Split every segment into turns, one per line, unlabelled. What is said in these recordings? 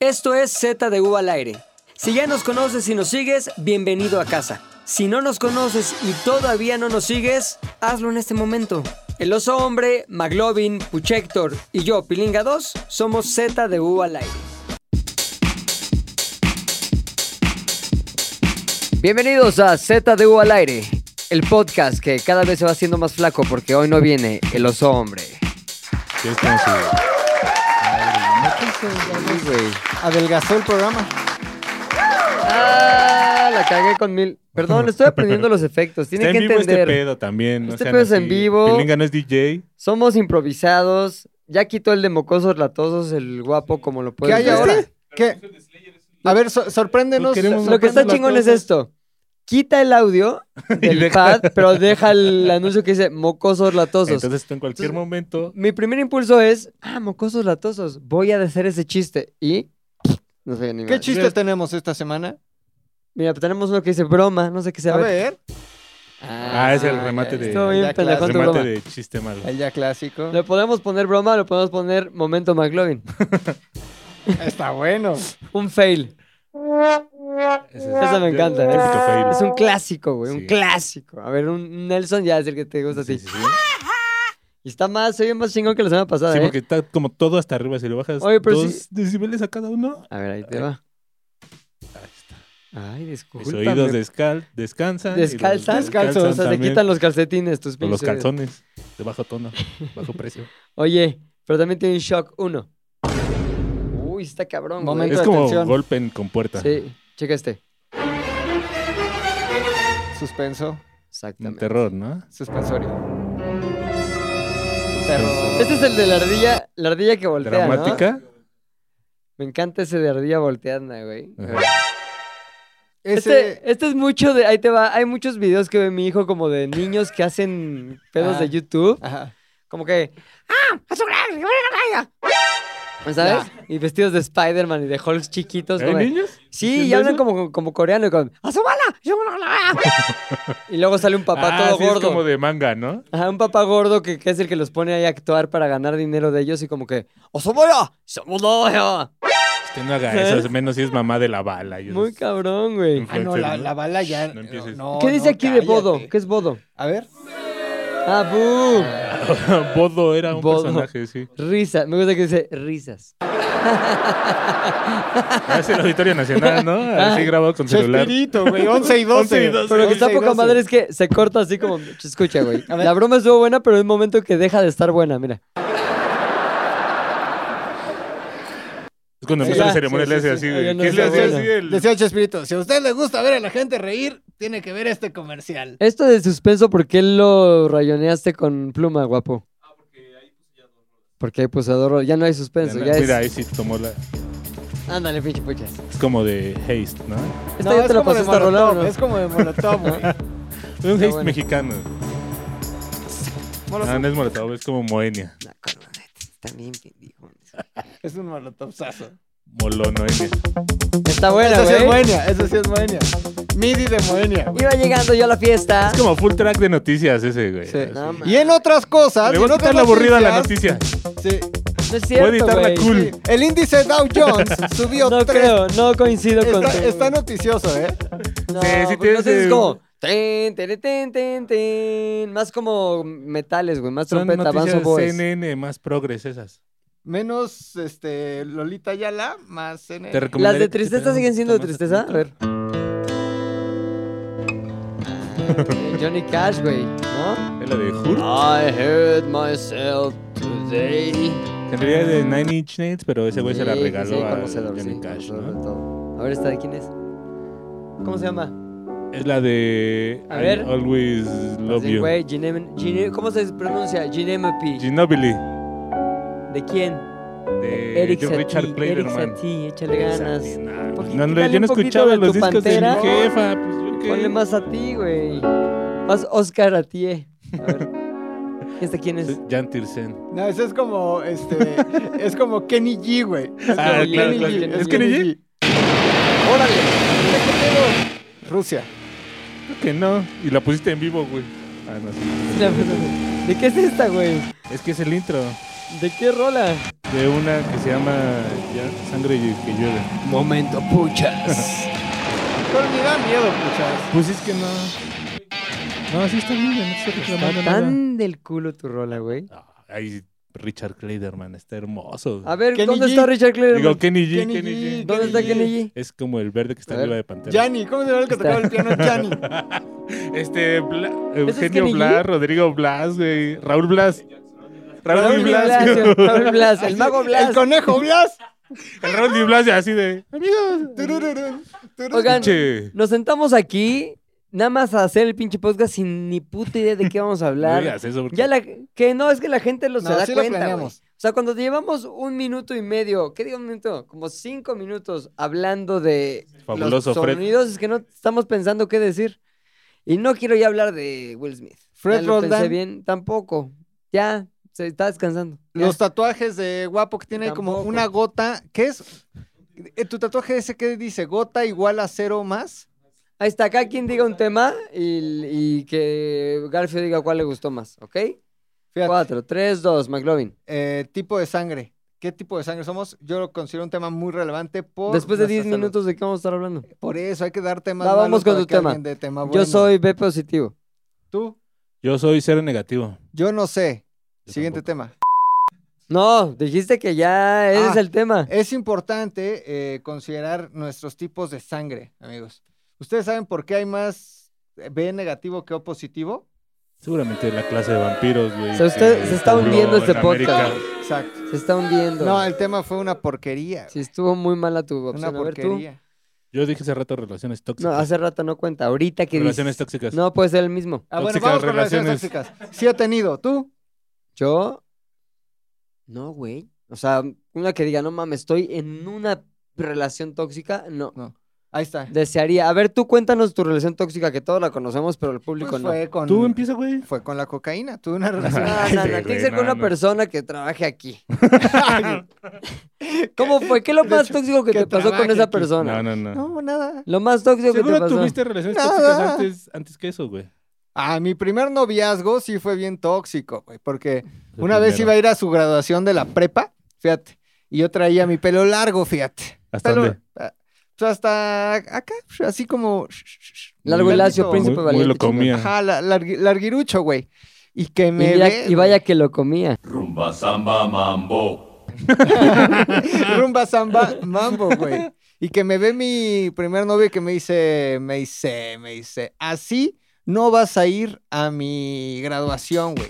Esto es Z de U al aire. Si ya nos conoces y nos sigues, bienvenido a casa. Si no nos conoces y todavía no nos sigues, hazlo en este momento. El oso hombre, Maglovin, Puchector y yo, Pilinga 2, somos Z de U al aire.
Bienvenidos a ZDU al aire, el podcast que cada vez se va haciendo más flaco porque hoy no viene el oso hombre.
¿Qué es como si-
Sí, güey.
Adelgazó el programa.
Ah, la cagué con mil. Perdón, estoy aprendiendo los efectos. Tienen
Está
que
en vivo este
entender.
pedo también. no
Este
sean
pedo es en
así.
vivo.
Pilinga no es DJ.
Somos improvisados. Ya quitó el de mocosos latosos, el guapo, como lo
¿Qué
puedes
hay
ver.
ahora? ¿Qué? A ver, so- sorpréndenos.
No queremos-
Lo que está chingón es esto. Quita el audio del
deja-
pad, pero deja el anuncio que dice mocosos latosos.
Entonces tú en cualquier momento.
Mi primer impulso es, ah, mocosos latosos, voy a hacer ese chiste. Y no sé ni
¿Qué
madre.
chiste tenemos esta semana?
Mira, tenemos uno que dice broma, no sé qué sea.
A ver,
Ah, es el remate de-
Estuvo bien
Ya,
pendejo
claro,
tu
Remate
broma.
de chiste malo.
el ya clásico.
Le podemos poner broma, le podemos poner momento McLovin.
Está bueno.
Un fail.
Ese
Eso me encanta, ¿eh?
el típico fail.
Es un clásico, güey, un
Sí.
clásico. A ver, un Nelson ya es el que te gusta
Sí,
a ti.
sí, sí.
Y está más, soy más chingón que la semana pasada,
Sí,
¿eh?
porque está como todo hasta arriba. Si lo bajas
Oye, pero
dos
sí-
decibeles a cada uno.
A ver, ahí te va. Ay, disculpa.
Mis oídos descal- descansan. y los
Descalzan.
Descalzos,
O sea, te
también.
quitan los calcetines, tus
O los
pinches-
calzones. De bajo tono. Bajo precio.
Oye, pero también tiene shock 1. Uy, está cabrón, güey.
Momento
es como
atención.
golpe en compuerta.
Sí, checa este.
Suspenso.
Un
Exactamente.
terror, ¿no?
Suspensorio. Perro.
Este es el de la ardilla, la ardilla que voltea, ¿no?
Dramática.
Me encanta ese de ardilla volteando, güey.
Ajá.
Ese-
Este, este es mucho de, ahí te va, hay muchos videos que ve mi hijo como de niños que hacen pedos
Ah.
de YouTube,
Ajá.
como que, ¡ah! ¡A su gran- gran- gran-". ¿Sabes? Y vestidos de Spider-Man y de Hulks chiquitos.
¿Hay
como de-
niños?
Sí, y
¿Haciendo
hablan
¿Eh, eso?
como, como coreano y con ¡Asómala! y luego sale un papá
Ah,
todo
sí,
gordo.
Es como de manga, ¿no?
Ajá, un papá gordo que, que es el que los pone ahí a actuar para ganar dinero de ellos y como que ¡Asómala! ¡Asómala!
Usted no haga eso, al menos si es mamá de la bala. y
¿Eh? Muy
esos-
cabrón, güey.
Ujú.
Ah, no, la,
Influencer, ¿no?
la bala ya.
No empieces.
no,
¿Qué dice
no,
aquí de bodo?
cállate.
¿Qué es bodo?
A ver.
¡Ah, bu!
Bodo era un
Bodo.
personaje, sí.
Risa. Me gusta que dice risas.
Ah, Es el Auditorio Nacional, ¿no?
Ah.
Así grabado con celular.
Chespirito, güey. 11 y 12.
11 y 12.
Pero lo que está
11 y
poca
12.
madre es que se corta así como... Escucha, güey.
ver.
La broma estuvo buena, pero en un momento que deja de estar buena, mira.
Es cuando
Sí,
empieza
ya,
la ceremonia,
sí,
le hace
sí,
así.
sí.
de-
Oigan, no
¿Qué le
está
hace
bueno.
así el.?
Decía Chespirito, si a usted le gusta ver a la gente reír, tiene que ver este comercial.
Esto de suspenso, ¿por qué lo rayoneaste con pluma, guapo? Porque hay posador, ya no hay suspenso, ya
Mira, ahí
es.
sí tomó la.
Ándale, pinche puchas.
Es como de haste, ¿no?
Esta ya te la pasó esta rola, ¿o ¿no?
Es como de Molotov, güey.
Es un haste
bueno.
mexicano. Ah,
Molotov.
No, no es molotov, es como moenia.
No, con los netes, También pendejo.
Es un molotovzazo.
Molonoenia.
Está buena,
eso sí es
güey.
Moenia, eso sí es Moenia. Midi de Moenia, güey.
Iba llegando yo a la fiesta.
Es como full track de noticias ese, güey.
Sí.
Así.
No, man,
Y en otras cosas.
Le voy
en
a
otras
quitar la aburrida a la
noticias,
noticia.
sí,
No es
Voy a
cierto,
editarla
güey.
cool.
sí. El índice Dow Jones subió
No
tres-
creo, no coincido con
Está,
tu-
está noticioso, ¿eh?
No,
Sí, sí
porque
tienes,
entonces es
eh,
como... Ten, ten, ten, ten, ten. Más como metales, güey. Más
Son
trompeta, avanzo
noticias
boys.
CNN más progres esas.
Menos este Lolita Yala, más CNN.
Te recomendaría
Eh, ¿Las de
que te
tristeza
dieras un
siguen siendo de
poquito
tristeza?
más
A ver. Ah, güey, Johnny Cash, güey, ¿no?
Es la de Hurt.
I hurt myself today.
En realidad es de Nine Inch Nails, pero ese güey se la
Sí,
regaló
sí,
a
conocedor,
Johnny
sí,
Cash,
conocedor
¿no?
de todo. A ver, ¿esta de quién es? ¿Cómo se llama?
Es la de
A
I
ver.
Always Love
Pues Sí,
You.
Güey, Ginem- Gine- ¿Cómo se pronuncia? Ginemopi.
Ginobili.
¿De quién?
De
Eric
John
Satie.
Eh, Richard
Eric
Playerman.
Satie, échale ganas.
Satie, nah.
¿Por qué
No, no,
quítale
yo no
Pues un poquito
escuchaba
de
los
tu
discos de
pantera?
mi jefa. Pues yo qué.
Ponle más a ti, güey. Más Oscar a ti, eh. A ver. ¿Esta quién es?
Jan Tirsen.
No, eso es como, este, es como Kenny G, güey. Es
Ah,
como
claro, claro. ¿Es Kenny G?
¡Órale!
Rusia.
Creo que no. Y la pusiste en vivo, güey. Ah, no, sí.
pues, La verdad, güey. ¿De qué es esta, güey?
Es que es el intro.
¿De qué rola?
de una que se llama ya, Sangre que llueve.
Momento, puchas.
Pero me da miedo, puchas.
Pues es que no. No, sí está bien, no estoy reclamando
Está
nada.
tan del culo tu rola, güey.
Ah, Ay, Richard Clayderman, está hermoso.
A ver,
Kenny
¿dónde
G.
está Richard
Digo,
Clayderman?
Kenny G,
Kenny
Kenny,
G,
G.
¿Dónde está Kenny G?
Es como el verde que
A
está
ver.
arriba de Pantera.
Yanni, ¿cómo se llama el que tocaba el piano? Yanni.
Este, Bla-
es
Eugenio
Kenny G?
Blas, Rodrigo Blas, güey. Raúl Blas. Raúl
Raúl
Blas.
Blas, Raúl Blas, el mago
El
Blas.
conejo Blas.
El Raúl Blas así de, amigos.
Turururun, tururun.
Oigan,
Che.
nos sentamos aquí nada más a hacer el pinche podcast sin ni puta idea de qué vamos a
No
hablar.
digas eso porque-
Ya la, que no, es que la gente lo se
No,
da
sí lo
cuenta. güey.
planeamos.
O sea, cuando llevamos un minuto y medio, ¿qué digo un minuto? Como cinco minutos hablando de
Fabuloso
los
Fred.
sonidos, es que no estamos pensando qué decir. Y no quiero ya hablar de Will Smith.
Fred
ya lo pensé
Roldán.
bien, tampoco. Ya, se está descansando. Ya.
Los tatuajes de guapo que tiene ahí como
Tampoco.
una gota. ¿Qué es? Eh, ¿Tu tatuaje ese qué dice? ¿Gota igual a cero más?
Ahí está, acá quien diga un tema y, y que Garfio diga cuál le gustó más, ¿ok?
Fíjate.
Cuatro, tres, dos, McLovin.
eh, tipo de sangre. ¿Qué tipo de sangre somos? Yo lo considero un tema muy relevante por
Después de
nuestra
10
salud.
minutos, ¿de qué vamos a estar hablando?
Por eso hay que dar temas
Va,
malos
vamos con
para
tu
que
tema.
alguien dé tema
Yo
bueno.
soy B positivo.
¿Tú?
Yo soy cero negativo.
Yo no sé.
Yo
Siguiente tema.
No, dijiste que ya ese
Ah.
es el tema.
Es importante eh, considerar nuestros tipos de sangre, amigos. ¿Ustedes saben por qué hay más eh, B negativo que O positivo?
Seguramente la clase de vampiros, güey.
Se usted-
que
se está
pobló
hundiendo este
en
podcast.
América.
Exacto.
Se está hundiendo.
No, el tema fue una porquería.
Sí, estuvo muy mala tu opción.
Una
A ver, tú.
porquería.
Yo dije hace rato relaciones
No,
tóxicas.
hace rato no cuenta. Ahorita que
relaciones
dices.
tóxicas.
No puede ser el mismo.
Ah, bueno,
Tóxicas
vamos con relaciones
relaciones.
tóxicas. Sí he tenido, ¿tú?
Yo. No, güey. O sea, una que diga, no mames, estoy en una relación tóxica. No.
Ahí está.
Desearía. A ver, tú cuéntanos tu relación tóxica, que todos la conocemos, pero el
Pues
público no.
fue con,
Tú empieza, güey.
fue con la cocaína, tuve una relación.
No, no, no,
Ay,
tiene que
güey,
ser con
no,
una
no.
persona que trabaje aquí. ¿Cómo fue? ¿Qué es lo
De
más
hecho,
tóxico que,
que
te pasó con
trabaje
esa
aquí.
persona?
No, no, no.
no, nada.
Lo más tóxico que te
Seguro
pasó.
tuviste relaciones
Nada.
tóxicas antes, antes que eso, güey.
Ah, mi primer noviazgo sí fue bien tóxico, güey, porque
El
una vez
primero.
iba a ir a su graduación de la prepa, fíjate, y yo traía mi pelo largo, fíjate.
¿Hasta
Pelo-
dónde?
ah, pues hasta acá, así como...
Largo y lacio,
Larguito.
príncipe
Muy- muy
valiente.
lo
chingón.
comía.
Ajá, la- largui- larguirucho, güey. Y que
Y,
me
mira-
ve,
y vaya que lo comía.
Rumba samba mambo.
rumba samba mambo, güey. Y que me ve mi primer novio y que me dice, me dice, me dice, así no vas a ir a mi graduación, güey.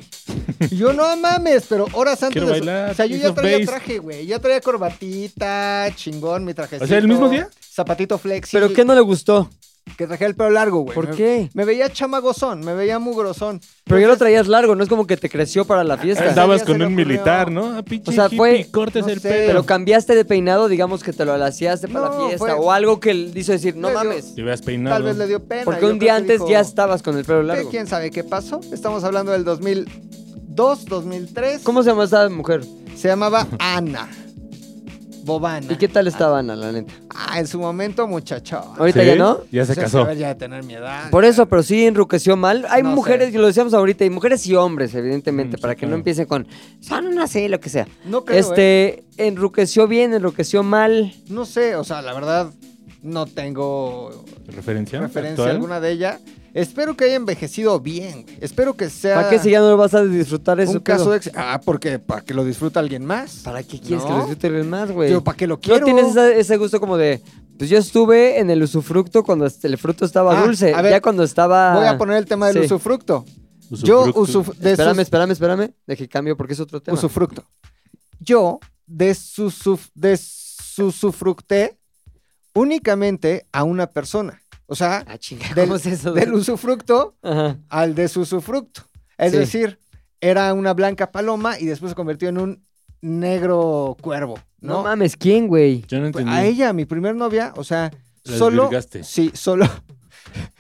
Y yo no mames, pero horas antes
Quiero
de su-
bailar,
o sea, yo
Ace
ya
of
traía
Base.
traje, güey. Ya traía corbatita, chingón, mi trajecito.
mismo día?
Zapatito flexi.
¿Pero qué no le gustó?
Que traje el pelo largo, güey.
¿Por
Me-
qué?
Me veía chamagozón, me veía mugrosón.
Pero ya lo traías largo, no es como que te creció para la fiesta.
Andaba-
Andabas
día se
con
le
un
ocurrió.
militar, ¿no? Ah, pinche
O sea, fue-
hippie, cortes
no
el
sé,
Te
pelo.
lo cambiaste de peinado, digamos que te lo alaciaste para
No,
la fiesta.
fue-
O algo que le hizo decir, no
Le dio-
mames.
Te hubieras peinado.
Tal vez le dio pena.
Porque
yo
un
creo
día
que
antes
dijo,
ya estabas con el pelo
"¿Qué?
largo.
¿Quién sabe qué pasó? Estamos hablando del 2002, 2003.
¿Cómo se llama esa mujer?
Se llamaba Ana. Bobana.
¿Y qué tal estaba Ana, la neta?
Ah, en su momento, muchacho.
Ahorita
¿Sí?
ya no.
Ya se
Pues es
casó.
que Ya de tener mi edad.
Por eso, pero sí enruqueció mal. Hay
No
mujeres,
sé.
y lo decíamos ahorita, y mujeres y hombres, evidentemente,
Mm,
para
sí,
que no
claro.
empiecen con, "Ah, son una C, lo que sea.
No creo, ¿eh?
este, enruqueció bien, enruqueció mal.
No sé, o sea, la verdad, no tengo
¿Referencia?
referencia
¿Actual?
alguna de ella. Espero que haya envejecido bien. güey. Espero que sea
¿Para qué si ya no lo vas a disfrutar eso?
un caso de... ex- Ah, porque para que lo disfruta alguien más.
¿Para qué quieres que
No.
lo disfruten más, güey?
Yo, ¿para qué lo quiero?
No tienes esa- ese gusto como de, pues yo estuve en el usufructo cuando est- el fruto estaba
Ah,
dulce,
a ver,
ya cuando estaba...
Voy a poner el tema del
Sí.
usufructo. Yo
Usufructo.
usuf... de sus-
Espérame, espérame, espérame, deje cambio porque es otro tema.
usufructo. Yo desusuf- desusufructé únicamente a una persona. O sea,
Ah, chinga,
Del-
¿cómo es eso? güey?
del usufructo
Ajá.
al desusufructo. Es
Sí.
decir, era una blanca paloma y después se convirtió en un negro cuervo,
No.
¿no?
mames, ¿quién, güey?
Yo no
Fue
entendí.
a ella, mi primer novia, o sea,
La
solo
desvirgaste.
Sí, solo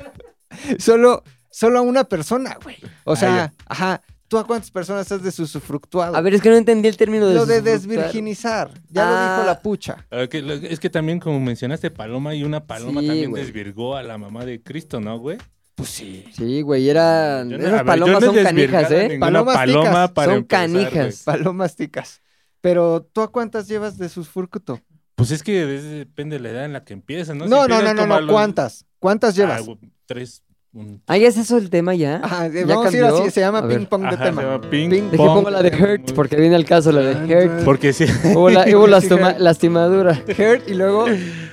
solo solo a una persona, güey. O
A
sea,
ella.
ajá, ¿tú a cuántas personas has desusufructuado?
A ver, es que no entendí el término de
Lo de
usufructuar.
desvirginizar. Ya lo
Ah.
dijo la pucha.
Ah, que lo- Es que también, como mencionaste, Paloma y una Paloma
Sí,
también
güey.
desvirgó a la mamá de Cristo, ¿no, güey?
Pues sí.
Sí, güey, eran...
Yo no- a
Esas
ver, yo
palomas
no he
son canijas,
desvirgado a
¿eh?
ninguna
Palomas
paloma
ticas.
para
Son
empezar,
canijas.
Palomas ticas. Pero, ¿tú a cuántas llevas de sus furcuto?
Pues es que es- depende de la edad en la que empiezan, ¿no? Si
No, no,
empiezas
no, no,
como a
no,
los-
¿cuántas? ¿Cuántas
Ah,
llevas?
güey, tres. un-
Ah, ya es eso el tema ya.
Ajá,
¿Ya
vamos a ir
cambió?
así, se
A
llama
ver.
ping pong de
Ajá, se
tema.
llama ping
Ping-
Dejé
pong.
pongo la de Hurt, porque viene el caso, la de Hurt.
Porque sí.
Hubo, la, hubo lastima- lastimadura.
Hurt y luego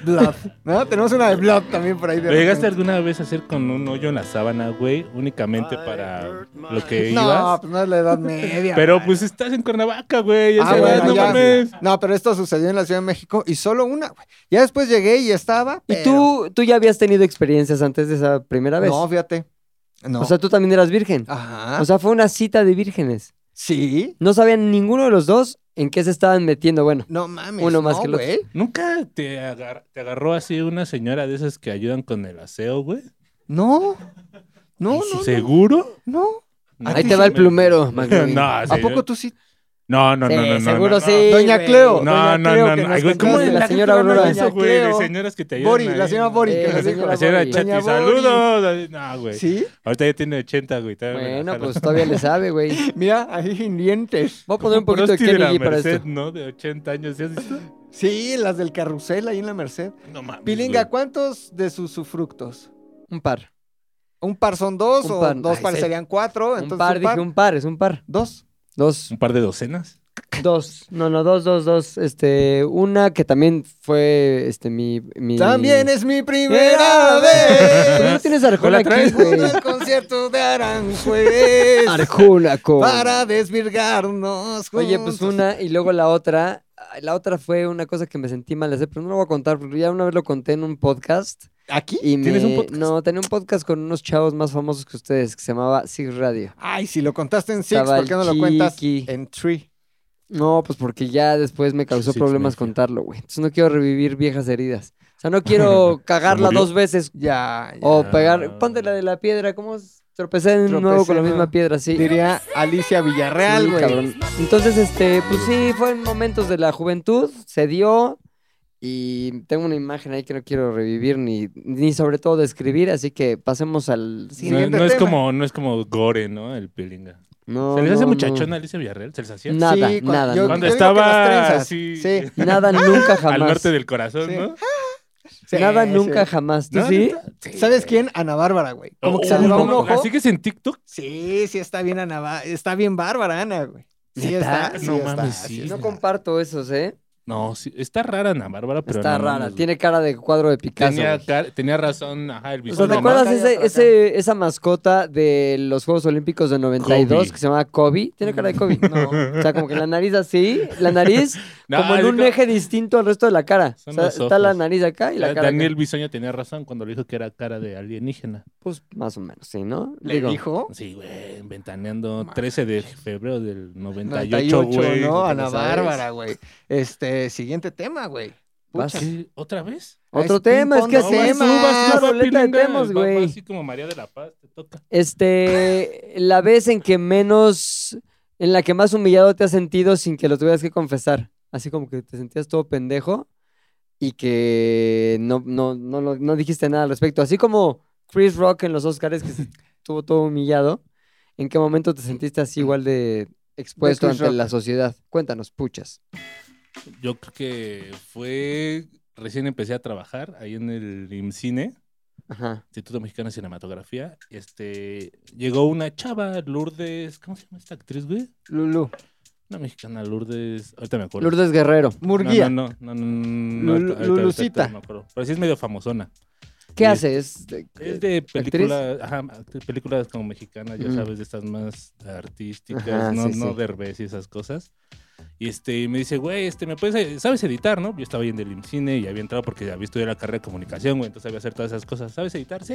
Blood. ¿No? Tenemos una de Blood también por ahí. de
¿Lo llegaste
repente.
alguna vez a hacer con un hoyo en la sábana, güey? Únicamente para lo que
No,
ibas.
pues no es la edad media.
Pero pues estás en Cuernavaca, güey.
Ah,
esa
bueno,
edad, no
ya.
mames.
No, pero esto sucedió en la Ciudad de México y solo una, güey. Ya después llegué y estaba.
¿Y
pero-
tú, tú ya habías tenido experiencias antes de esa primera vez?
No, fíjate. No.
O sea, tú también eras virgen.
Ajá.
O sea, fue una cita de vírgenes.
sí.
No sabían ninguno de los dos en qué se estaban metiendo. Bueno,
No mames.
Uno más
no,
que el otro.
güey.
¿Nunca te, agar- te agarró así una señora de esas que ayudan con el aseo, güey?
No. No, no, no.
¿Seguro?
No. ¿A
ahí
ti
te
sí?
va el plumero, McLovin.
no,
¿A
Ah, sí,
poco tú sí?
No, no,
Sí,
no, no, no,
seguro
no.
sí.
Doña
güey.
Cleo.
No, no, no,
Doña Cleo,
no,
que
no.
nos
Ay, güey, ¿Cómo
contaste
de
la
la
señora
señora Aurora?
Aurora?
Eso, güey, de
Creo.
señoras que te ayudan.
Bori, la
ahí.
señora Bori. que
Eh,
nos
la
dijo.
señora
señora
Bori.
Chati,
Doña Bori.
saludos. No, güey.
¿Sí?
Ahorita ya tiene 80, güey. todavía me la
Bueno,
jala.
pues todavía le sabe, güey.
Mira, ahí sin dientes.
Voy a poner un poquito de
Prosti
Kenny
la
G para
Merced,
esto.
¿no? De 80 años. ¿sí has visto?
Sí, las del carrusel ahí en la Merced.
No mames.
Pilinga,
güey.
¿cuántos de sus usufructos?
Un par.
¿Un par son dos
Un
o
par,
dos
ay,
pares
sí.
serían cuatro? Oh, Entonces,
Un par, dije un par, es un par.
Dos.
Dos.
¿Un par de docenas?
Dos. No, no, dos, dos, dos. Este, una que también fue, este, mi... mi...
También es mi
¡Primera
primera
Pero no
vez.
tienes Arjona
¿No la
aquí,
traes?
güey.
Al concierto de Aranjuez.
Arjona con...
Para desvirgarnos.
Oye, pues
juntos.
una y luego la otra. Ay, La otra fue una cosa que me sentí mal de hacer, pero no lo voy a contar porque ya una vez lo conté en un podcast.
¿Aquí?
Y
¿Tienes un
me-
podcast?
No, tenía un podcast con unos chavos más famosos que ustedes que se llamaba Sig Radio.
Ay, si lo contaste en Six,
Estaba
¿por qué no lo
el
cuentas
Chiqui.
en Tree?
No, pues porque ya después me causó
Sig
problemas
Mafia.
contarlo, güey. Entonces no quiero revivir viejas heridas. O sea, no quiero cagarla
murió?
dos veces
Ya, ya.
o pegar. Ponte la de la piedra, ¿cómo? es? Tropecé de nuevo con la
Tropecé,
misma
¿no?
piedra, sí.
Diría Alicia Villarreal,
Sí,
güey.
cabrón. Entonces, este, pues sí, fue en momentos de la juventud, se dio y tengo una imagen ahí que no quiero revivir ni, ni sobre todo describir, así que pasemos al
No,
Siguiente
no es
tema.
como, no es como gore, ¿no? El Pilinga.
No,
¿Se les hace
no, no.
muchachona a Alicia Villarreal? ¿Se les hacía?
No. Nada,
cua-
nada, nada.
yo-
Cuando
yo digo que las
estaba
trenzas.
así eh,
Sí,
Nada nunca jamás.
al norte del corazón,
Sí.
¿no?
sí,
Nada
sí.
nunca jamás. ¿Tú
¿No?
sí?
¿Neta?
¿Sabes quién? Ana Bárbara, güey. Como que se
Oh,
le va
no,
un
no,
ojo.
¿La sigues en TikTok?
Sí, sí está bien Ana Bá- Está bien Bárbara, Ana, güey. Sí
¿Neta?
está, sí
No
está,
mames, sí.
No
está.
comparto esos, ¿eh?
No, sí, está rara Ana Bárbara, pero
Está
no
rara.
mames,
Tiene cara de cuadro de Picasso.
tenía,
güey.
car- tenía razón, ajá, el
O
visual.
sea, ¿Te
Una
de
acuerdas
marca y
ese-
otra acá.
ese- esa mascota de los Juegos Olímpicos de 92
Kobe.
que se llamaba Kobe? Tiene cara de Kobe. O sea, como que la nariz así, la nariz
No,
como en
yo
un
creo-
eje distinto al resto de la cara. O
Son
sea,
los
está la
ojos. Eh,
nariz acá y la cara. acá.
Daniel Bisoño tenía razón cuando le dijo que era cara de alienígena.
Pues más o menos, sí, ¿no?
¿Le
Digo,
dijo?
Sí, güey, ventaneando 13 de febrero del 98,
98,
güey.
¿no?
te
Ana
la sabes.
Bárbara, güey. Este, siguiente tema, güey.
vas.
¿Qué? ¿Otra vez?
Otro
Es
tema, es que
ping-pong
así
de
es
temas.
una
Vas,
ruleta de
Pilinga,
temas,
va-
güey.
va Así como María de la Paz, te toca.
Este, la vez en que menos, en la que más humillado te has sentido sin que lo tuvieras que confesar. Así como que te sentías todo pendejo y que no, no, no, lo- no dijiste nada al respecto. Así como Chris Rock en los Oscars, que se estuvo todo humillado. ¿En qué momento te sentiste así igual de expuesto
Chris
ante
Rock.
la sociedad? Cuéntanos, puchas.
Yo creo que fue. Recién empecé a trabajar ahí en el IMCINE,
Ajá.
Instituto Mexicano de Cinematografía. Este, llegó una chava, Lourdes. ¿Cómo se llama esta actriz, güey?
Lulú.
Una mexicana, Lourdes. Ahorita me acuerdo.
Lourdes Guerrero.
Murguía.
No, no, no. no, no, no, ahorita-
Lulu-
ahorita- ahorita-
Lulucita.
no me acuerdo. Pero sí es medio famosona.
¿Qué
Sí.
haces?
Es de películas, ajá, actri- películas como mexicanas, ya
Ujú.
sabes, de estas más artísticas,
Mm. Ajá,
no,
sí,
no
sí.
Derbez y esas cosas. Y este, y me dice, güey, este, me puedes, sabes editar, ¿no? Yo estaba ahí en el cine y había entrado porque había estudiado la carrera de comunicación, güey, entonces sabía hacer todas esas cosas. ¿Sabes editar? Sí.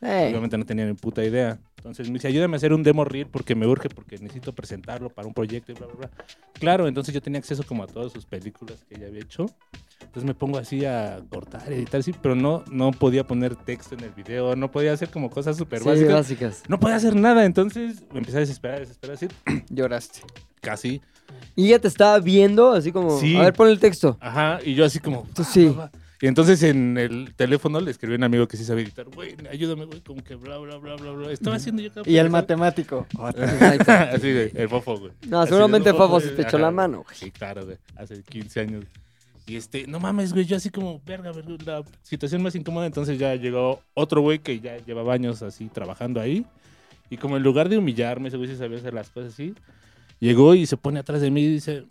eh,
Obviamente no tenía ni puta idea. Entonces me dice, ayúdame a hacer un demo reel porque me urge, porque necesito presentarlo para un proyecto y bla, bla, bla. Claro, entonces yo tenía acceso como a todas sus películas que ella había hecho. Entonces me pongo así a cortar, editar, sí, pero no, no podía poner texto en el video, no podía hacer como cosas súper
Sí,
básicas.
básicas.
No podía hacer nada, entonces me empecé a desesperar, a desesperar, así,
Lloraste.
casi.
Y ella te estaba viendo así como,
Sí.
a ver, pon el texto.
Ajá, y yo así como... "Ah,
Tú sí.
va, va. Y entonces en el teléfono le escribí a un amigo que sí sabía editar, güey, ayúdame, güey, como que bla, bla, bla, bla, bla. Estaba haciendo yo cada
Y el
pendejada.
matemático.
Así, güey, el fofo, güey.
No,
Así de,
seguramente Fofo se
güey,
te echó la
ajá,
mano, güey.
Sí, claro, güey, hace 15 años. Y este, no mames, güey, yo así como, verga, verga, la situación más incómoda. Entonces ya llegó otro güey que ya llevaba años así trabajando ahí. Y como en lugar de humillarme, ese güey sí sabía hacer las cosas así, llegó y se pone atrás de mí y dice,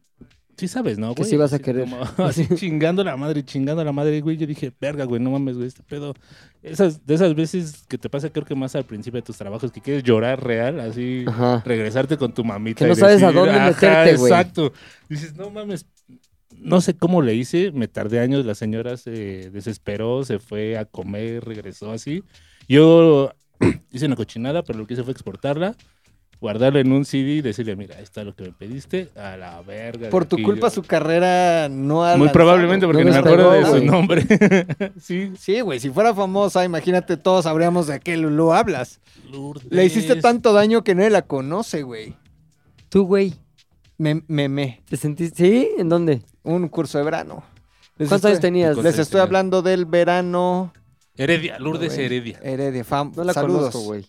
sí sabes, ¿no, güey?
Que sí vas a
Así
querer.
como- así chingando la madre, chingando la madre, güey. Yo dije, verga, güey, no mames, güey, este pedo. Esas, de esas veces que te pasa, creo que más al principio de tus trabajos, que quieres llorar real, así
Ajá.
regresarte con tu mamita.
Que no
y
sabes a
decir,
dónde
"Ajá,
meterte, güey".
Exacto. Dices, no mames, no sé cómo le hice, me tardé años, la señora se desesperó, se fue a comer, regresó así. Yo hice una cochinada, pero lo que hice fue exportarla, guardarla en un CD y decirle, mira, ahí está lo que me pediste, a la verga. de
Por tu
aquí,
culpa
yo".
su carrera no ha
Muy
lanzado.
probablemente porque
No
no me
despegó,
acuerdo de su
güey.
nombre. sí.
Sí, güey, si fuera famosa, imagínate, todos sabríamos de qué Lulú hablas. Le hiciste
Lourdes.
tanto daño que nadie la conoce, güey.
Tú, güey,
Me, me, me.
¿te sentiste? ¿Sí? ¿En dónde?
Un curso de verano. Les
¿Cuántos años Pues,
estoy-
este, tenías?
Con-
Les estoy hablando del verano
Heredia, Lourdes
güey.
Heredia.
Heredia. Fam
No la
saludos.
conozco, güey.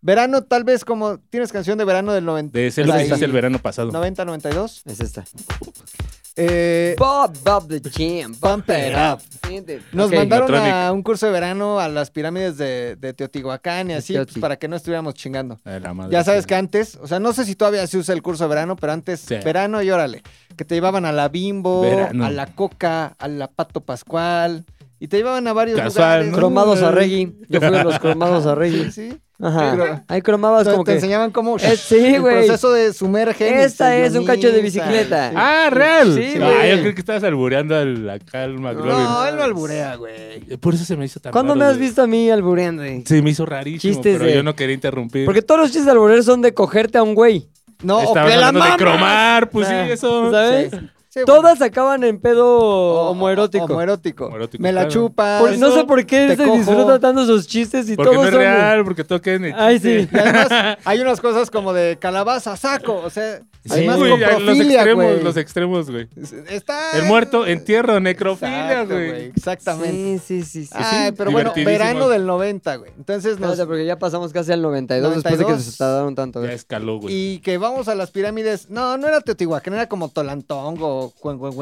Verano, tal vez como. ¿Tienes canción de verano del 90?
De ser lo que
Ahí.
hiciste el verano pasado.
90, 92.
Es esta.
Eh,
Bob, Bob the Champ.
Pump it up. Nos mandaron a
Matronic.
un curso de verano a las pirámides de, de Teotihuacán y así,
Teoti.
pues, para que no estuviéramos chingando.
A la madre.
Ya sabes que antes, o sea, no sé si todavía se usa el curso de verano, pero antes,
Sí.
verano y órale, que te llevaban a la Bimbo,
Verano.
a la Coca, a la Pato Pascual, y te llevaban a varios
Casual,
lugares.
Cromados a Reggie. Yo fui a los cromados a
Sí,
Reggie.
sí.
Ajá.
Pero-
Ahí cromabas
Te,
como
te
que.
enseñaban cómo
Eh, sí,
el
güey.
proceso de sumergen. y
Esta es un cacho de
sioniza.
bicicleta.
Sí.
Ah, real.
Sí,
Ah,
güey.
yo creo que estabas albureando a la calma,
No, él lo alburea, güey.
Eh, Por eso se me hizo tan
¿Cuándo
raro,
me has
güey.
visto a mí albureando? güey?
Se me hizo rarísimo,
Chistes
pero
de-
yo no quería interrumpir.
Porque todos los chistes de alburear son de cogerte a un güey.
No, o
Estabas
que la
hablando de
mamas.
cromar, pues
Ah,
sí, eso.
¿Sabes?
Sí, sí, güey.
Todas acaban en pedo
O-
homoerótico.
Homoerótico.
Homoerótico,
Me la
claro.
chupa.
Por- no sé por qué
te
se
cojo.
disfruta tanto sus chistes y
Porque
todos
no es
son de-
real, porque toquen.
Ay, sí.
Y además, hay unas cosas como de calabaza, saco. O sea, además
güey, ya, los
coprofilia,
extremos,
güey.
los extremos, güey.
Está...
El muerto, entierro, necrofilia,
Exacto, güey.
güey.
Exactamente.
Sí, sí, sí. sí.
Ay, pero bueno,
divertidísimo.
verano del 90, güey. Entonces nos...
Espérate, porque ya pasamos casi al 92, después de que
92.
se tardaron tanto.
Ya
güey.
escaló, güey.
Y que vamos a las pirámides. No, no era Teotihuacán, era como Tolantongo,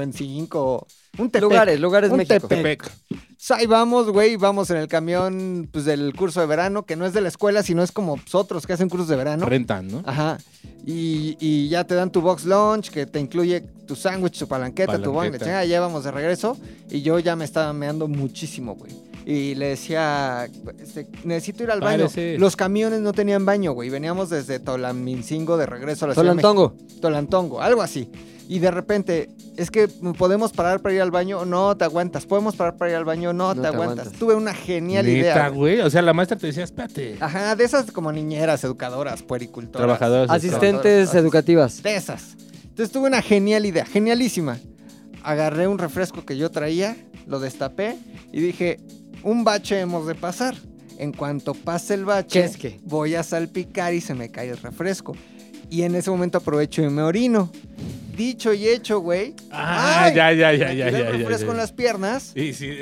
Cuencuencuencinco, un Tepec.
Lugares, lugares
Un
México.
Tepec.
Tepec.
O sea, ahí vamos, güey, vamos en el camión pues, del curso de verano, que no es de la escuela, sino es como pues, otros que hacen cursos de verano.
Rentan, ¿no?
Ajá. Y, y ya te dan tu box lunch, que te incluye tu sándwich, tu palanqueta, tu bong, la
Palanqueta.
chingada, ya vamos de regreso. Y yo ya me estaba meando muchísimo, güey. Y le decía, este, necesito ir al baño.
Párese.
Los camiones no tenían baño, güey. Veníamos desde Tolamincingo de regreso a la ciudad de
Solantongo.
México. Tolantongo, algo así. Y de repente, es que podemos parar para ir al baño, no te aguantas. Podemos parar para ir al baño,
No
no, te
te
aguantas.
aguantas.
Tuve una genial idea.
Neta,
güey.
güey. O sea, la maestra te decía, espérate.
Ajá, de esas como niñeras, educadoras, puericultoras.
Trabajadoras.
Asistentes
Asistentes.
educativas.
De esas. Entonces tuve una genial idea, genialísima. Agarré un refresco que yo traía, lo destapé y dije, un bache hemos de pasar. En cuanto pase el bache,
¿Qué es qué?
voy a salpicar y se me cae el refresco. Y en ese momento aprovecho y me orino. Dicho y hecho, güey.
Ah,
¡Ay!
ya, ya, ya,
Me
ya,
tiré
ya,
el
ya,
refresco
ya.
en las piernas,
Y sí.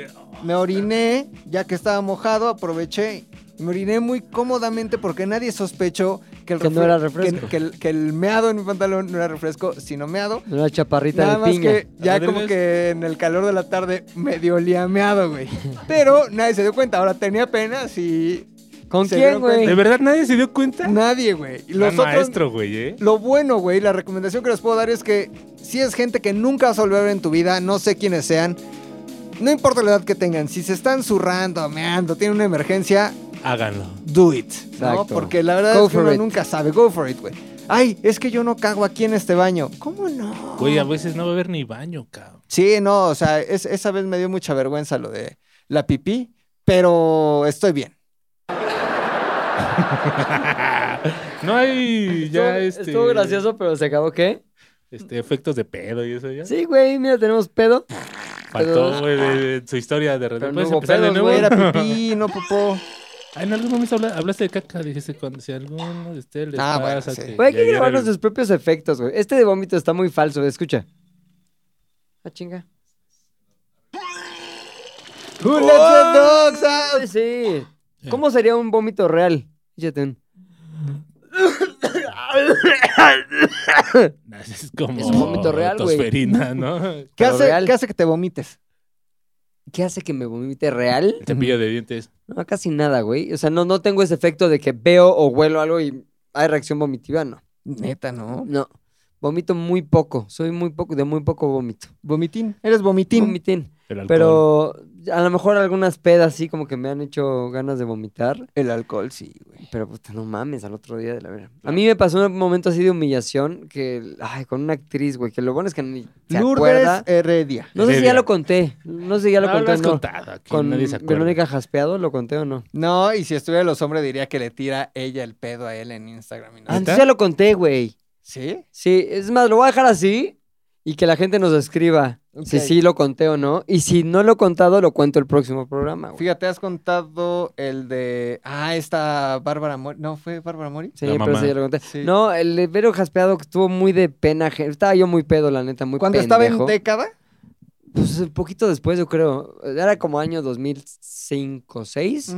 me oriné, ya que estaba mojado, aproveché. Me oriné muy cómodamente porque nadie sospechó que el,
Que no
refre-
era refresco.
que- que el- que el meado en mi pantalón no era refresco, sino meado.
Una chaparrita
Nada
de
más
piña.
que ya
Rodríguez.
como que en el calor de la tarde medio liameado, güey. Pero nadie se dio cuenta. Ahora tenía penas y
¿Con
se
quién,
dieron cuenta.
¿De
güey?
verdad nadie se dio cuenta?
nadie, güey. Y los
Gran
otros,
maestro, güey, ¿eh?
lo bueno, güey, la recomendación que les puedo dar es que si es gente que nunca vas a volver a ver en tu vida, no sé quiénes sean, no importa la edad que tengan, si se están zurrando, meando, tienen una emergencia,
Háganlo.
do it, ¿no?
Exacto.
Porque la verdad
Go
es que
for
uno
it.
nunca sabe. Go for it, güey. Ay, es que yo no cago aquí en este baño. ¿Cómo no?
Güey, a veces no va a haber ni baño, cabrón.
Sí, no, o sea, es- esa vez me dio mucha vergüenza lo de la pipí, pero estoy bien.
No hay ya
estuvo,
este,
estuvo gracioso, pero se acabó, ¿qué?
este, efectos de pedo y eso ya.
Sí, güey, mira, tenemos pedo.
Faltó, güey, de- de su historia de
Pero
repente.
no
¿Puedes
hubo
empezar de
pedos,
nuevo?
Güey, Era pipí, no popó.
Ah, en algún momento habla- hablaste de caca, dijiste cuando si a alguno de ustedes les
Ah, bueno,
pasa.
sí.
que
Güey, hay
ya
que grabar
vieron-
nuestros propios efectos, güey. Este de vómito está muy falso, güey, escucha. Ah, chinga.
Who let the dogs
ah.
out?
Sí. ¿Cómo sería un vómito real? Fíjate.
Es como
Es un vómito real, güey.
tosferina, ¿no?
¿Qué
Pero
hace,
real.
qué hace que te vomites?
¿Qué hace que me vomite real?
El cepillo de dientes.
No, casi nada, güey. O sea, no, no tengo ese efecto de que veo o huelo algo y hay reacción vomitiva, no.
Neta, ¿no?
No. Vomito muy poco. Soy muy poco, de muy poco vómito.
Vomitín. Eres vomitín.
Vomitín.
El alcohol.
Pero a lo mejor algunas pedas sí como que me han hecho ganas de vomitar.
El alcohol, sí, güey.
Pero puta, no mames, al otro día de la verga. A mí me pasó un momento así de humillación que, ay, con una actriz, güey, que lo bueno es que ni se
Lourdes
acuerda.
Heredia.
No sé si ya
Heredia.
lo conté. No sé si ya lo
Ah,
conté. o
has
no.
contado aquí,
Con
nadie se acuerda.
Verónica Jaspeado, ¿lo conté o no?
No, y si estuviera los hombres diría que le tira ella el pedo a él en Instagram. y no.
Ah, entonces ya lo conté, güey.
¿Sí?
Sí, es más, lo voy a dejar así y que la gente nos escriba si
Ok.
sí lo conté o no. Y si no lo he contado, lo cuento el próximo programa, güey.
Fíjate, has contado el de. Ah, esta Bárbara Mori. No, fue Bárbara Mori.
Sí,
La
pero sí
mamá.
ya lo conté.
Sí.
No, el de Vero Jaspeado que estuvo muy de pena. ajena. Estaba yo muy pedo, la neta, muy
Cuando estaba en
pendejo.
década.
Pues un poquito después, yo creo. Era como año 2005, 2006.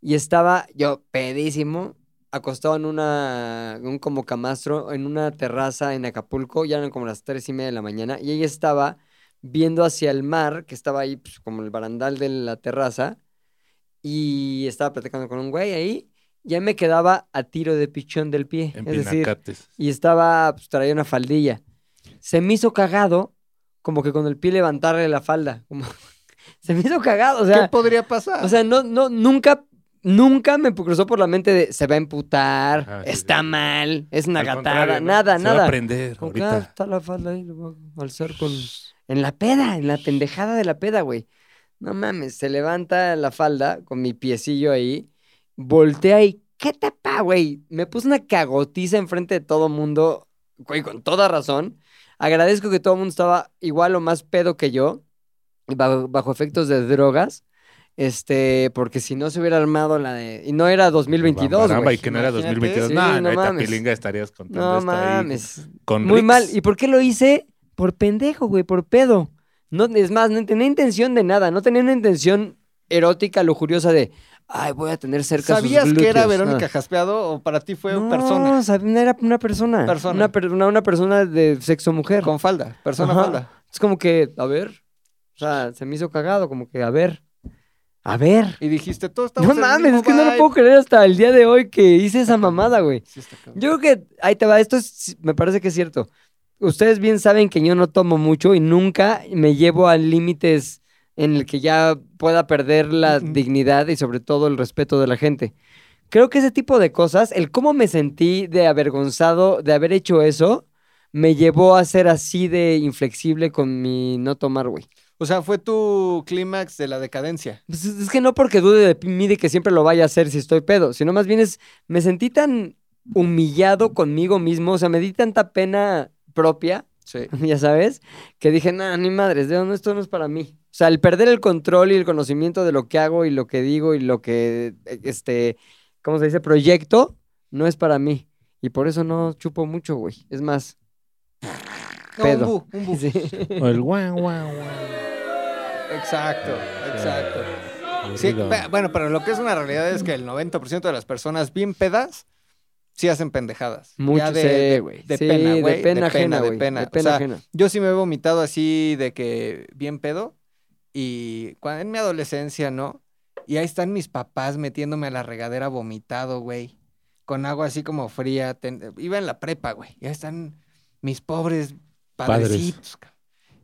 Y estaba yo pedísimo, acostado en una, un como camastro, en una terraza en Acapulco, ya eran como las tres y media de la mañana, y ella estaba viendo hacia el mar, que estaba ahí pues, como el barandal de la terraza, y estaba platicando con un güey ahí, ya me quedaba a tiro de pichón del pie,
En
es decir,
pinacates.
y estaba, pues traía una faldilla. Se me hizo cagado, como que con el pie levantarle la falda, como- se me hizo cagado, o sea...
¿Qué podría pasar?
O sea, no, no, nunca, nunca me cruzó por la mente de se va a emputar,
Ajá, Ah, sí,
está
sí.
mal, es una
Al
gatada,
contrario, ¿no?
nada,
Se va a
nada.
aprender
Como que, ah,
ahorita.
está la falda ahí, lo voy a alzar con. En la peda, en la pendejada de la peda, güey. No mames, se levanta la falda con mi piecillo ahí, voltea y, ¿qué tapa, güey? Me puse una cagotiza enfrente de todo mundo, güey, con toda razón. Agradezco que todo el mundo estaba igual o más pedo que yo, bajo, bajo efectos de drogas. Este, porque si no se hubiera armado la de. Y no era 2022,
Bamba,
güey.
y que no era
Imagínate.
2022.
Sí,
no,
no
no, esta
mames.
pilinga estarías contando
No
esto ahí
mames.
con
Muy
Rix.
mal. ¿Y por qué lo hice? Por pendejo, güey, por pedo. No, es más, no tenía intención de nada. No tenía una intención erótica, lujuriosa de, ay, voy a tener cerca sus
¿Sabías que era
glúteos".
Verónica
Ah.
Jaspeado o para ti fue
no,
persona?
sab- no, era una persona.
Persona.
Una, per- una, una persona de sexo mujer.
Con falda, persona
Ajá.
falda.
Es como que, a ver. O sea, se me hizo cagado, como que, a ver. A ver.
Y dijiste, todo está
No mames, es que no lo puedo creer hasta el día de hoy que hice esa mamada, güey. Yo creo que ahí te va, esto es- me parece que es cierto. Ustedes bien saben que yo no tomo mucho y nunca me llevo a límites en el que ya pueda perder la
Mm-mm.
dignidad y sobre todo el respeto de la gente. Creo que ese tipo de cosas, el cómo me sentí de avergonzado de haber hecho eso, me llevó a ser así de inflexible con mi no tomar, güey.
O sea, fue tu clímax de la decadencia.
Pues es es que no porque dude de mí de que siempre lo vaya a hacer si estoy pedo, sino más bien es, me sentí tan humillado conmigo mismo, o sea, me di tanta pena propia,
Sí.
ya sabes, que dije, nada, ni madres, de- no, esto no es para mí. O sea, el perder el control y el conocimiento de lo que hago y lo que digo y lo que, eh, este, ¿cómo se dice? Proyecto, no es para mí. Y por eso no chupo mucho, güey. Es más, Pedo.
un bu, un bu.
sí.
O el guau, guau, guau.
Exacto, exacto.
pues
Sí,
Aburrido.
pe- bueno, pero lo que es una realidad es que el 90% de las personas bien pedas sí hacen pendejadas.
mucho,
Ya de,
sé,
de-
güey.
de
Sí,
pena, güey.
de pena ajena,
de
güey.
pena.
De
O
pena
sea,
ajena.
Yo sí me he vomitado así de que bien pedo. Y cuando, en mi adolescencia, ¿no? Y ahí están mis papás metiéndome a la regadera vomitado, güey. Con agua así como fría. ten- iba en la prepa, güey. Y ahí están mis pobres
Padres.
padrecitos. cabrón.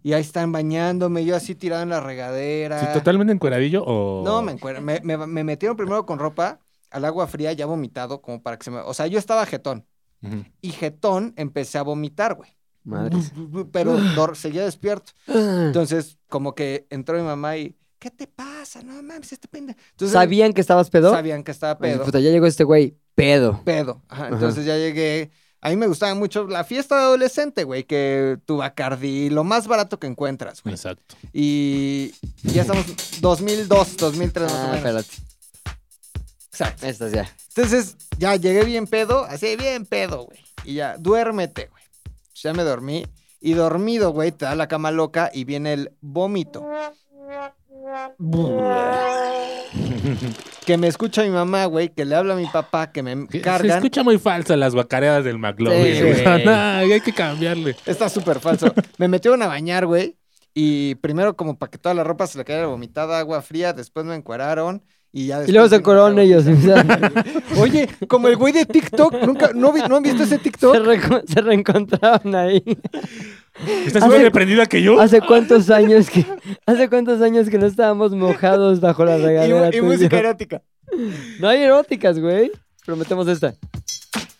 Y ahí están bañándome, yo así tirado en la regadera.
Sí, totalmente encueradillo o.
No, me, encuer- me, me, me metieron primero con ropa al agua fría, ya vomitado, como para que se me... O sea, yo estaba jetón.
Ujú.
Y jetón empecé a vomitar, güey.
Madres.
Pero dor- seguía despierto. Entonces, como que entró mi mamá y, ¿qué te pasa? No mames, este pendejo. Entonces,
¿Sabían que estabas pedo?
Sabían que estaba
Ay,
pedo.
puta, ya llegó este güey, pedo.
Pedo. Ajá, entonces ya llegué. A mí me gustaba mucho la fiesta de adolescente, güey, que tu Bacardí, lo más barato que encuentras, güey.
Exacto.
Y ya estamos 2002, 2003 más o
Ah,
menos.
espérate.
Exacto.
Estas ya.
Entonces, ya llegué bien pedo, así bien pedo, güey. Y ya, duérmete, güey. Pues Ya me dormí. Y dormido, güey, te da la cama loca y viene el vómito. que me escucha mi mamá, güey, que le habla a mi papá, que me
Que Se
cargan.
escucha muy falsa las bacareadas del McLovin.
Sí,
güey. No,
güey.
no, hay que cambiarle.
Está súper falso. me metieron a bañar, güey. Y primero, como para que toda la ropa se le cayera vomitada, agua fría. Después me encueraron. Y, ya
Y luego
después
se
me
encueraron
metieron-
ellos. o sea,
Oye, como el güey de TikTok. ¿Nunca, no, vi- ¿No han visto ese
se,
TikTok?
reco- se reencontraron ahí.
¿Estás
Hace-
más reprendida que
Ah,
yo?
¿Hace cuántos años que hace cuántos años que no estábamos mojados bajo la
Y, mu-
regadera?
y
tú y
música
yo?
erótica.
No hay eróticas, güey. Prometemos esta.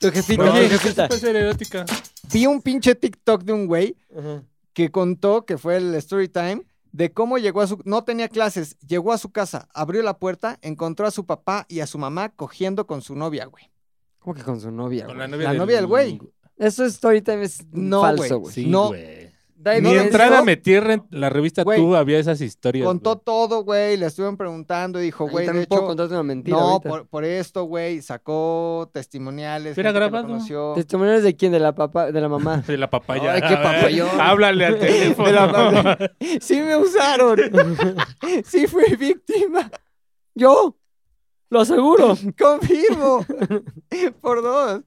Tu jefita,
Oye,
tu
¿qué
jefita.
puede ser erótica?
Vi un pinche TikTok de un güey
Ajá.
que contó que fue el story time de cómo llegó a su no tenía clases, llegó a su casa, abrió la puerta, encontró a su papá y a su mamá cogiendo con su novia, güey.
¿Cómo que con su novia,
Con
güey?
la novia,
La novia del güey.
Eso es storytime es
No,
falso,
güey.
güey.
Sí,
No.
güey.
Da
No,
Mi
no,
evidencia.
entrada
no.
me tierra en la revista
Güey,
Tú había esas historias.
Contó
güey.
todo, güey, le estuvieron preguntando y dijo,
Ahí
güey, de
también puedo
hecho,
contarte una mentira
no,
ahorita.
por, por esto, güey, sacó testimoniales.
Pero
gente que lo
grabado.
conoció.
¿Testimonios de quién? De la papá, de la mamá.
de la papaya.
Ay, qué
A ver,
papayón.
Háblale al teléfono.
De la madre. sí me usaron. sí fui víctima.
Yo, lo aseguro.
Confirmo. por dos.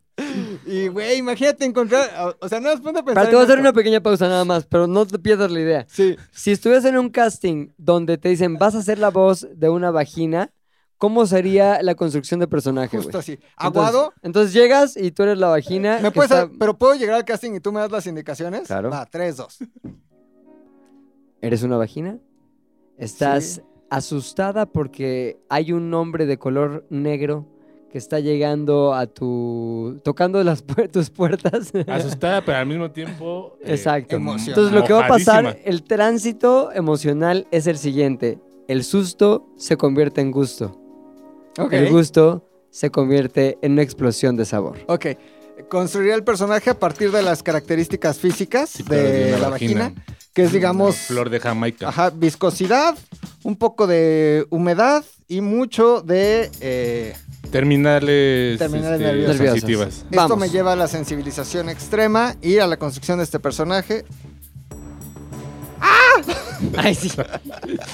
Y, güey, imagínate encontrar, o, o sea, no nos ponte a pensar.
Para, te
en
voy a hacer
esto.
una pequeña pausa nada más, pero no te pierdas la idea.
Sí.
Si estuvieras en un casting donde te dicen vas a ser la voz de una vagina, ¿cómo sería la construcción de personaje, güey?
Justo así.
Entonces-
Aguado,
Entonces, llegas y tú eres la vagina.
¿me
que
puedes,
está-
pero puedo llegar al casting y tú me das las indicaciones?
Claro.
Va, 3, 2.
¿Eres una vagina? ¿Estás
Sí.
asustada porque hay un hombre de color negro que está llegando a tu... tocando las puer- tus puertas?
Asustada, pero al mismo tiempo. eh,
Exacto.
Emoción.
Entonces lo que va a pasar,
mojadísima.
el tránsito emocional es el siguiente. El susto se convierte en gusto.
Ok.
El gusto se convierte en una explosión de sabor.
Ok. Construiría el personaje a partir de las características físicas
Sí, claro,
de
una
la vagina, que es, digamos,
Una Flor de Jamaica.
ajá, viscosidad, un poco de humedad y mucho de... eh,
Terminales.
Terminales
este,
nerviosas.
sensitivas.
esto
Vamos.
me lleva a la sensibilización extrema y a la construcción de este personaje.
Ay, sí.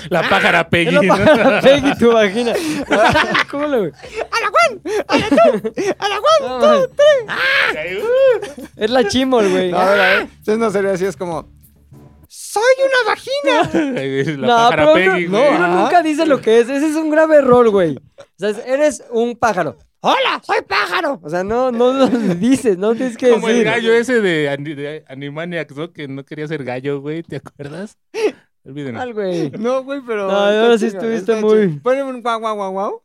La pájara Peggy.
Es la
¿no?
palabra Peggy, tu vagina. ¿Cómo lo ¡A la Juan! ¡A la Juan! Es la chimol, güey.
No, a ver, a ver. Entonces no sería así, es como... ¡Soy una vagina!
la
No,
pájara
pero
Peggy.
uno,
güey.
uno
Ajá.
nunca dice lo que es. Ese es un grave error, güey. O sea, es- eres un pájaro. ¡Hola! ¡Soy pájaro! O sea, no, no lo dices, no tienes que
Como el
decir.
gallo ese de, Ani- de Animaniacs, ¿no? Que no quería ser gallo, güey. ¿Te acuerdas? Olvídenlo.
Mal, güey.
No, güey, pero...
No,
está
ahora sí
chido,
estuviste
está
muy-
chido. Ponle un guau, guau, guau, guau.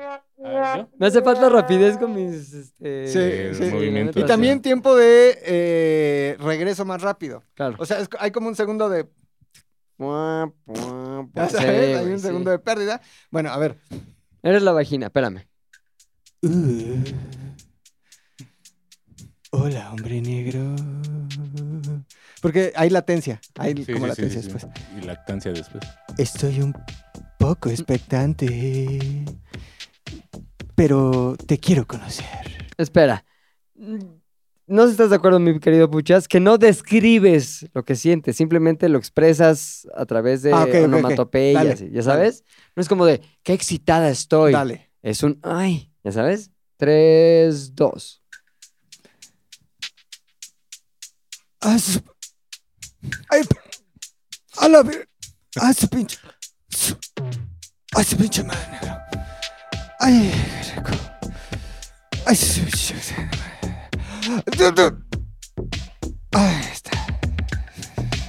A ver, ¿yo?
Me hace falta rapidez con mis. Este,
Sí,
eh,
sí.
movimientos.
la
Y
neta,
también
sí.
tiempo de eh, regreso más rápido.
Claro.
O sea, es- hay como un segundo de. ya
Sí,
sabes, hay
güey,
un
sí.
segundo de pérdida. Bueno, a ver.
Eres la vagina, espérame.
Hola, hombre negro. Porque hay latencia. Hay
Sí,
como
sí, sí,
latencia
sí, sí.
después.
Y lactancia después.
Estoy un poco expectante. Pero te quiero conocer.
Espera. No sé si estás de acuerdo, mi querido Puchas, que no describes lo que sientes, simplemente lo expresas a través de
Ah, ok, ok, ok. Dale,
onomatopeyas, ya sabes. No es como de, qué excitada estoy.
Dale.
Es un, ay, ya sabes. Tres, dos.
A su- Ay, a la ver. A su pinche. su- A su pinche madre negro. Ay, qué rico. Ay, su pinche madre. Du- du- Ahí está.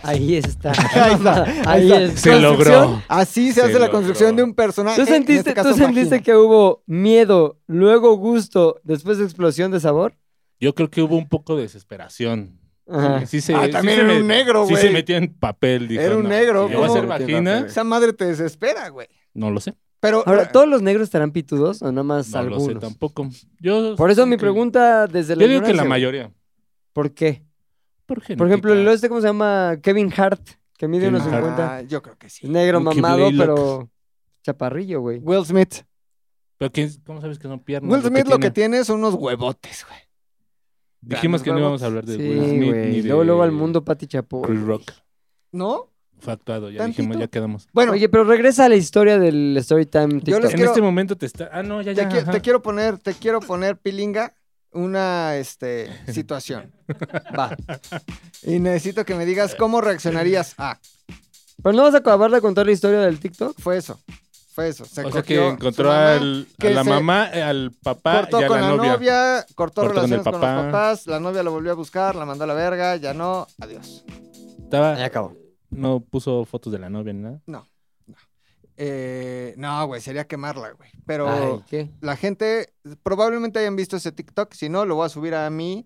Ahí está. Ahí está. Ahí
está.
está.
Se logró.
Así se
Se
hace la
logró.
construcción de un personaje.
¿Tú
en este
sentiste,
caso,
¿tú sentiste
vagina.
que hubo miedo, luego gusto, después explosión de sabor?
Yo creo que hubo un poco de desesperación.
Ajá.
Sí se,
Ah,
sí
también
se
era
me-
un negro,
Sí se
güey.
metía en papel. Dijo,
Era un
"No,
negro,
si yo voy a
¿cómo?
ser vagina,
Esa madre te desespera, güey.
no lo sé.
Pero
Ahora, ¿todos los negros estarán pitudos o nada más
No lo
algunos?
sé tampoco. Yo,
Por eso mi
que-
pregunta desde la
Yo digo que la
ignorancia, güey.
mayoría.
¿Por qué?
Por,
Por ejemplo, el
genética.
este, ¿cómo se llama? Kevin Hart, que mide
Kevin
unos
Hart.
50.
Ah, yo creo que
Es
sí.
negro
Luke
mamado,
Blaylock.
pero chaparrillo, güey.
Will Smith.
¿Pero quién- ¿Cómo sabes que son piernas?
Will Smith lo que
tiene?
tiene son unos huevotes, güey.
Dijimos que no
huevos.
íbamos a hablar de
Sí,
Will Smith ni
güey.
de
Luego, luego al mundo, Pati Chapoy.
Chris Rock.
¿No?
Fue actuado, ya
Tantito.
dijimos, ya quedamos.
Bueno,
Oye, pero regresa a la historia del Storytime
Yo
TikTok.
les
en
quiero-
este momento te está. Ah, no, ya,
te,
ya.
qui-
ajá.
te quiero poner, te quiero poner, Pilinga, una este, situación. Va. Y necesito que me digas cómo reaccionarías. Ah,
Pero no vas a acabar de contar la historia del TikTok.
fue eso. Fue eso. Se
O sea que
cogió
encontró
su mamá,
al, a
que
la
se
mamá, eh, al papá
cortó
y a
con
la, novia.
cortó,
Cortó con
relaciones
el
con,
papá.
los papás, la novia lo volvió a buscar, la mandó a la verga, ya no, adiós. Ah,
Estaba-
Ahí acabó.
no puso fotos de la novia ni nada.
Eh, no, güey, sería quemarla, güey. Pero
Ay, ¿qué?
la gente probablemente hayan visto ese TikTok, si no, lo voy a subir a mi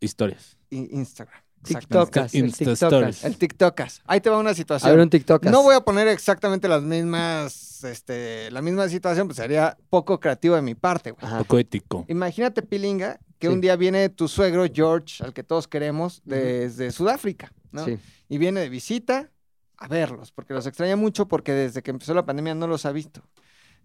Historias.
i- Instagram. Exactamente.
TikTokas, el
Insta
TikTokas.
stories.
El TikTokas. Ahí te va una
A ver,
situación.
un TikTokas.
No voy a poner exactamente las mismas, este, la misma situación, pues sería poco creativo de mi parte, güey.
Ajá.
Poco ético.
Imagínate, Pilinga, que
Sí.
un día viene tu suegro, George, al que todos queremos, desde Sudáfrica, ¿no?
Sí.
Y viene de visita a verlos, porque los extraña mucho, porque desde que empezó la pandemia no los ha visto.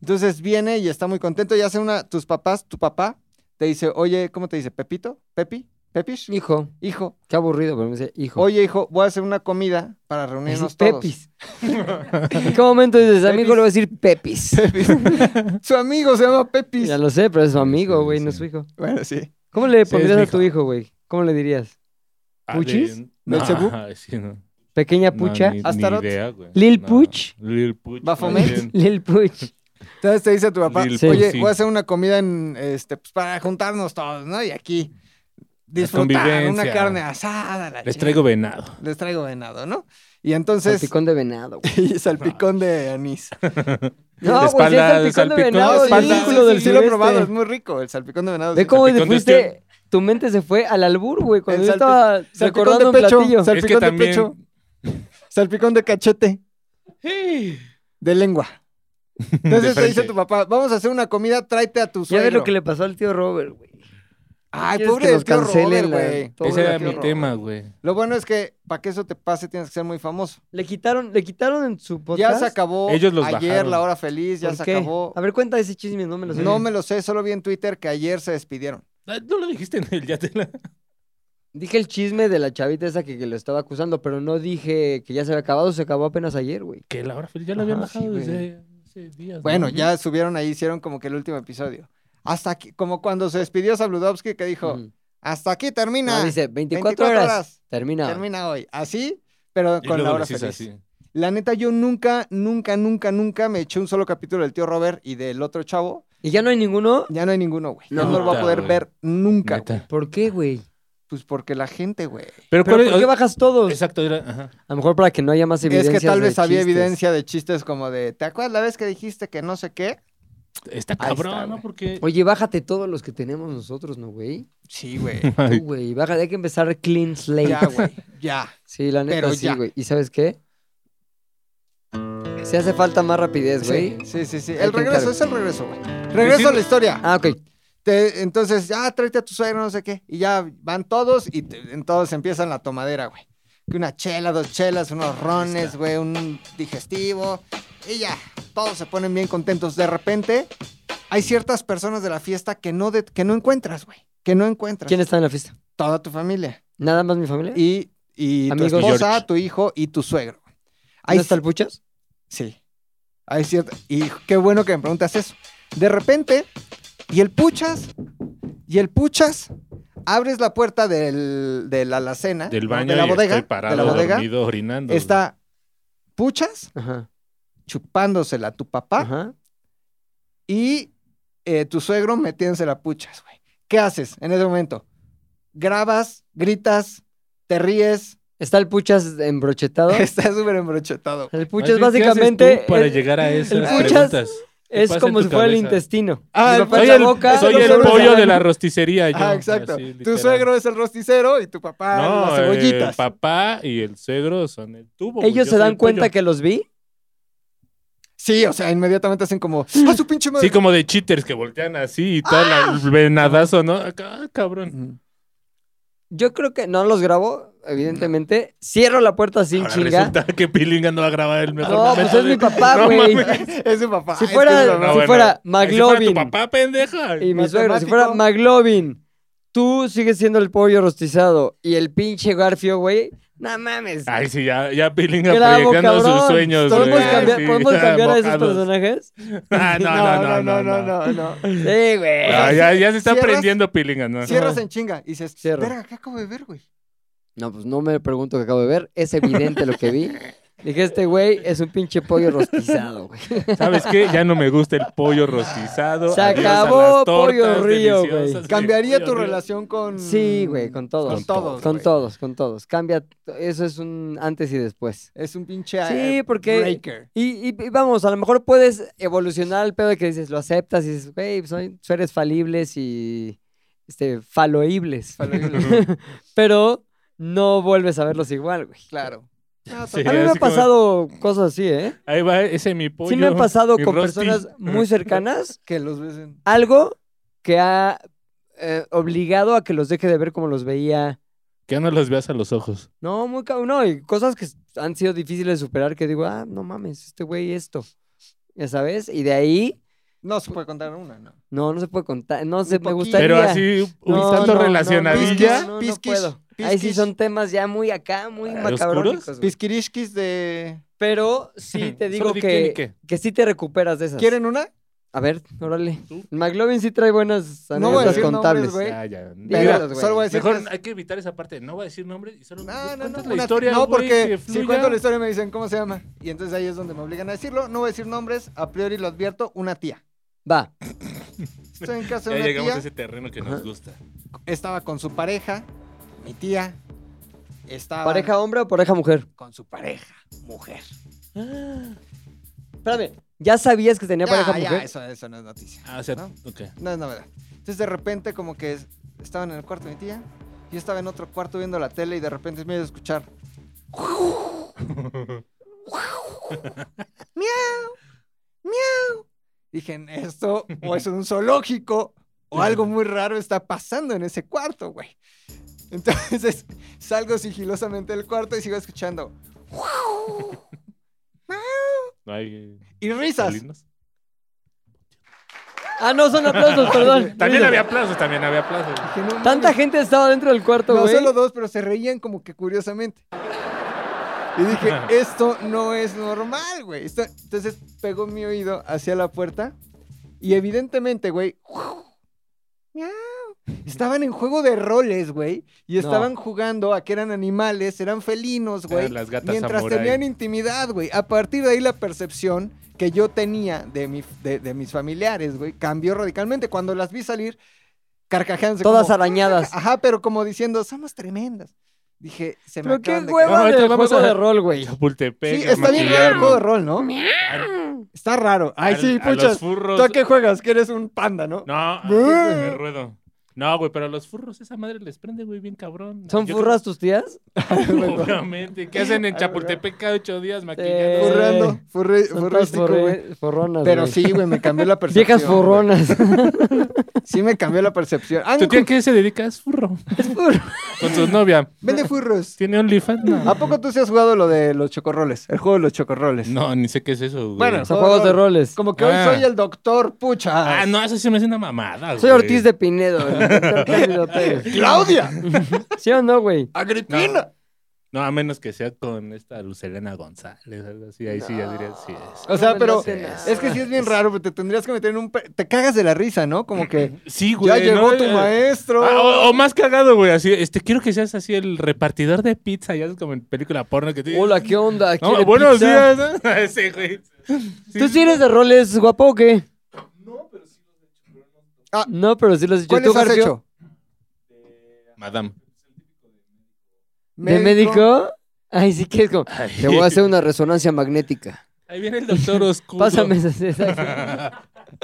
Entonces viene y está muy contento y hace una, tus papás, tu papá, te dice, oye, ¿cómo te dice? ¿Pepito? ¿Pepi? ¿Pepish?
Hijo,
Hijo,
qué aburrido, pero me dice hijo.
oye, hijo, voy a hacer una comida para
Me dice,
reunirnos todos.
Pepis. ¿En qué momento dices, amigo, le voy a decir Pepis?
Su amigo se llama Pepis.
Ya lo sé, pero es su amigo,
Sí,
güey, no
sí.
es su hijo.
Bueno, sí.
¿Cómo le
Sí, es
pondrías
mi
a tu hijo, güey? ¿Cómo le dirías?
Ah, de-
¿Puchis?
No,
¿Belcebú?
ajá, sí, no.
¿Pequeña
No,
pucha?
ni- ni
Astaroth.
idea, güey.
¿Lil
No.
Puch?
Lil Puch.
¿Baphomet?
más bien.
Lil Puch.
Entonces te dice tu papá,
Lil
oye,
Pussy.
voy a hacer una comida en, este, pues, para juntarnos todos, ¿no? Y aquí disfrutar una
convivencia.
carne asada. la
Les
chingada.
traigo venado.
Les traigo venado, ¿no? Y entonces...
Salpicón de venado, güey.
y salpicón de anís.
No,
De
güey, si
espalda,
es salpicón de
salpicón,
venado,
de
es
espalda.
ridículo del
sí, sí, lo he
sureste.
probado, es muy rico el salpicón de venado.
Ve
sí.
cómo te
Salpicón de
fuiste, tu mente se fue al albur, güey, cuando
El
yo
salpi-
estaba
Salpicón
recordando
de
un
pecho,
platillo.
salpicón
Es que
de
también-
pecho, salpicón de cachete, de lengua. Entonces te dice
frente.
tu papá, vamos a hacer una comida, tráete a tu
Ya
suegro.
ves lo que le pasó al tío Robert, güey.
Ay,
¿Quieres
pobre
que
del
nos
tío
cancelen
Robert,
la-
güey.
todo
Ese
el
era
tío
mi
Robert?
tema, güey.
Lo bueno es que para que eso te pase tienes que ser muy famoso.
Le quitaron, le quitaron en su podcast.
Ya se acabó
Ellos los
ayer
bajaron.
la hora feliz, ya
¿Por
se
qué?
acabó.
A ver, cuenta ese chisme, no me lo sé.
No me lo sé, solo vi en Twitter que ayer se despidieron.
Ah, No lo dijiste en el ya te la...
Dije el chisme de la chavita esa que, que lo estaba acusando, pero no dije que ya se había acabado, se acabó apenas ayer, güey.
Que la hora feliz ya lo habían bajado desde hace días. Pues ¿no?
Ah, Bueno, ya subieron ahí, hicieron como que el último episodio. Hasta aquí, como cuando se despidió Sabludovsky que dijo,
Ujú.
hasta aquí
Mm. No,
termina.
dice 24,
24
horas,
horas.
termina.
Termina hoy. Así, pero
Y
con la
luego
hora
les hizo
feliz.
así.
La neta, yo nunca, nunca, nunca, nunca me eché un solo capítulo del tío Robert y del otro chavo.
¿Y ya no hay ninguno?
Ya no hay ninguno, güey.
No,
No, no lo voy a
neta,
poder
güey.
ver nunca.
Neta.
güey.
¿Por qué, güey?
Pues porque la gente, güey.
Pero,
¿Pero
¿cuál es-
por qué bajas todos?
Exacto, era... Ajá.
A lo mejor para que no haya más
Es
evidencia.
que tal vez había evidencia de chistes como de, ¿te acuerdas la vez que dijiste que no sé qué?
Está
Ahí
cabrón,
está, güey.
¿no? Porque...
Oye, bájate todos los que tenemos nosotros, ¿no, güey?
Sí, güey.
Tú,
Ay,
güey, bájate, hay que empezar clean slate.
ya, güey. Ya.
Sí, la neta
Pero
sí,
ya.
güey. ¿Y sabes qué? Se hace falta más rapidez, güey.
Sí, sí, sí. sí.
Ahí
El
te encargo.
regreso, es el regreso, güey. Regreso a la historia.
Ah, ok.
Te- entonces, ya tráete a tu suegro, no sé qué. Y ya van todos y te- en todos empiezan la tomadera, güey. Que Una chela, dos chelas, unos rones, güey, un digestivo. Y ya, todos se ponen bien contentos. De repente, hay ciertas personas de la fiesta que no, de- que no encuentras, güey. Que no encuentras.
¿Quién ¿Eh? está en la fiesta?
Toda tu familia.
¿Nada más mi familia?
Y, y tu
Amigos.
esposa,
George.
tu hijo y tu suegro. Hay
¿No está el Puchas?
Sí. Hay cierta. Y qué bueno que me preguntas eso. De repente, y el puchas, y el puchas, abres la puerta del, de la alacena,
del
¿no?
baño
de la
y
bodega,
estoy parado,
de la bodega,
dormido, orinando.
está puchas
Ajá.
chupándosela a tu papá
Ajá.
y eh, tu suegro metiéndosela a puchas, güey. ¿Qué haces en ese momento? Grabas, gritas, te ríes,
¿Está el Puchas embrochetado?
estás súper embrochetado.
El
güey.
Puchas
Más bien, ¿qué haces
básicamente
tú para
es,
llegar a esas
Puchas-
preguntas. ¿Qué
es
pasa en
como
tu
si fuera el
cabeza?
intestino.
Ah,
Mi
el
papá en
Soy
la
el,
boca,
soy
mi
el
suegro
pollo
en
de la rosticería. yo,
Ah, exacto.
así,
tu
literal.
suegro es el rosticero y tu papá las
No, eh, el
cebollitas.
papá y el suegro son el tubo. Oh, güey.
¿Ellos
Yo
se
soy
dan
el
cuenta
pollo.
que los vi?
Sí, o sea, inmediatamente hacen como, ¡ah, su pinche madre!
Sí, como de cheaters que voltean así y todo
¡Ah!
la- el venadazo, ¿no? Acá, ah, cabrón.
Ujú.
Yo creo que no los grabo, evidentemente. Cierro la puerta sin
Ahora
chinga.
resulta que Pilinga no va a grabar el mejor
No,
momento.
pues es
de-
mi papá,
No
güey.
mames.
Es su papá.
Si
es
fuera-
que es su
si
papá.
bueno.
fuera
Ahí
McLovin.
tu papá, pendeja.
y mi suegro, si
matemático.
fuera McLovin, tú sigues siendo el pollo rostizado y el pinche Garfio, güey, No mames.
Ay, sí, ya, ya Pilinga
Bravo,
proyectando sus
cabrón.
sueños.
¿Podemos
güey.
cambiar,
Sí,
¿podemos cambiar a esos
bocados.
personajes?
Ah, no, no, no, no, no, no.
no, no.
Sí, güey.
Ah, ya, ya se está
Cierras-
prendiendo Pilinga, ¿no?
Cierras en chinga y dices,
Cierro.
verga, ¿qué acabo de ver, güey?
No, pues no me pregunto qué acabo de ver. Es evidente lo que vi. Dije, este güey es un pinche pollo rostizado, güey.
¿Sabes qué? Ya no me gusta el pollo rostizado.
Se
Adiós a las
acabó
tortas
Pollo Río, güey.
deliciosas de
Cambiaría tu
Pollo Río.
relación con...
Sí, güey, con todos.
Con todos,
Con
güey.
todos, con todos. Cambia, eso es un antes y después.
Es un pinche... eh,
Sí, porque-
Breaker.
Y, y- y vamos, a lo mejor puedes evolucionar el pedo de que dices, lo aceptas y dices, güey, pues, soy- seres falibles y este, faloíbles. Pero no vuelves a verlos igual, güey.
Claro. No,
Sí.
A mí me
así
han
como-
pasado cosas así, ¿eh?
Ahí va ese mi pollo.
Sí me han pasado
mi
con
rosti.
personas muy cercanas
Que los besen.
algo que ha eh, obligado a que los deje de ver como los veía.
Que no los veas a los ojos.
No, muy cabrón. No, y cosas que s- han sido difíciles de superar que digo, ah, no mames, este güey esto. Ya sabes, y de ahí,
No se puede contar una, ¿no?
Pues,
no, no se puede contar, no se me
poquito.
gustaría.
Pero así, un
No,
tanto
no, no,
relacionadilla.
No, no, no, no
Pisquis,
puedo. Ahí sí
pisquis.
son temas ya muy acá, muy
¿oscuros?
macabrónicos. güey.
Pisquirishkis de...
Pero sí te digo
Solo di quién y
que,
qué.
que sí te recuperas de esas.
¿Quieren una?
A ver, órale.
¿Tú?
McLovin sí trae buenas
No voy a
anécdotas
decir nombres,
contables.
güey.
Ya, ya.
Mira,
Pero solo voy a decir...
Mejor
que-
hay que evitar esa parte. No voy a decir nombres y solo
No, no, no,
cuentas la
una-
historia.
no,
güey,
porque
que
si
fluya.
cuento la historia me dicen cómo se llama. Y entonces ahí es donde me obligan a decirlo. No voy a decir nombres, a priori lo advierto, una tía.
Va.
Ah, Estoy en casa
Ya
de una
llegamos
tía.
a ese terreno que nos
Ajá.
gusta.
Estaba con su pareja, mi tía. Estaba
¿Pareja hombre o pareja mujer?
con su pareja, mujer.
Espérame. ¿Ya sabías que tenía pareja
ya, ya,
mujer?
eso, eso no es noticia.
Ah, o sea,
¿no?
ok.
No es novedad. Entonces de repente como que es- estaban en el cuarto de mi tía. Yo estaba en otro cuarto viendo la tele y de repente me iba a escuchar. ¡Miau! ¡Miau! Dije, "En esto o es un zoológico o algo muy raro está pasando en ese cuarto, güey. Entonces salgo sigilosamente del cuarto y sigo escuchando.
No hay.
Y risas.
salinas.
Ah, no, son aplausos, perdón.
También
Mira,
había aplausos, también había aplausos.
Dije, "No
Tanta
mames".
gente estaba dentro del cuarto,
No,
güey.
solo dos, pero se reían como que curiosamente. Y dije, esto no es normal, güey. Esto- Entonces pegó mi oído hacia la puerta y evidentemente, güey, miau, estaban en juego de roles, güey, y estaban jugando a que eran animales, eran
Ah,
felinos, güey,
Eran las gatas
mientras
samurái.
tenían intimidad, güey. A partir de ahí la percepción que yo tenía de, mi, de, de mis familiares, güey, cambió radicalmente. Cuando las vi salir, carcajeándose
Todas
como,
arañadas.
Ajá, pero como diciendo, somos tremendas. Dije, se me
Pero qué
acaban de
hueva
No,
de
ahorita vamos
juego
a-
de rol, güey.
caer.
Chapultepec.
Sí, está bien raro el
Amaquillarlo.
juego de rol, ¿no? Está raro. Ay,
Al-
sí,
a los
puchas.
furros.
¿Tú a qué juegas? Que eres un panda, ¿no?
No, a-
Brr.
me ruedo. No, güey, pero a los furros esa madre les prende, güey, bien cabrón.
¿Son
Yo-
furras tus tías?
Obviamente. ¿Qué hacen en
Ay,
Chapultepec cada ocho días
Eh,
maquillando?
Furreando. furri-
Son todas
furrístico, güey.
forre- forronas,
Pero
güey.
sí, güey, me cambió la percepción.
Viejas forronas.
güey. Sí, me cambió la percepción. Ah,
¿Tu tía qué se dedica? Es furro.
Es furro. Ah,
Con su novia.
Vende furros.
¿Tiene OnlyFans?
¿A poco tú sí has jugado lo de los chocorroles? El juego de los chocorroles.
No, ni sé qué es eso, güey.
Bueno.
Son juegos de roles.
Como que hoy
Ah.
soy el doctor Pucha.
Ah, no, eso sí me hace una mamada,
Soy
güey.
Ortiz de Pinedo. el doctor Plácido Ortega.
Este, ¡Claudia!
¿Sí o no, güey?
¡Agripina!
No, a menos que sea con esta Lucelena González, algo así. Ahí sí ya diría, sí es.
O
No
sea,
me lo
pero
hacen nada.
es que sí es bien raro, porque te tendrías que meter en un... pe- Te cagas de la risa, ¿no? Como que...
Sí, güey.
Ya llegó
¿no?
tu
Eh,
maestro.
ah, o, o más cagado, güey, así, este, quiero que seas así el repartidor de pizza, ya es como en película porno que te
Hola, ¿qué onda?
No,
¿Quiere
buenos
pizza?
días, ¿no? Ese, güey. Sí.
¿Tú sí eres de roles guapo o qué?
Ah.
No, pero sí los he hecho.
¿Cuáles
¿Tú,
has
Garfio?
hecho?
Madame.
¿De médico? Ay, sí que es como, te voy a hacer una resonancia magnética.
Ahí viene el doctor oscuro.
Pásame esas. esas-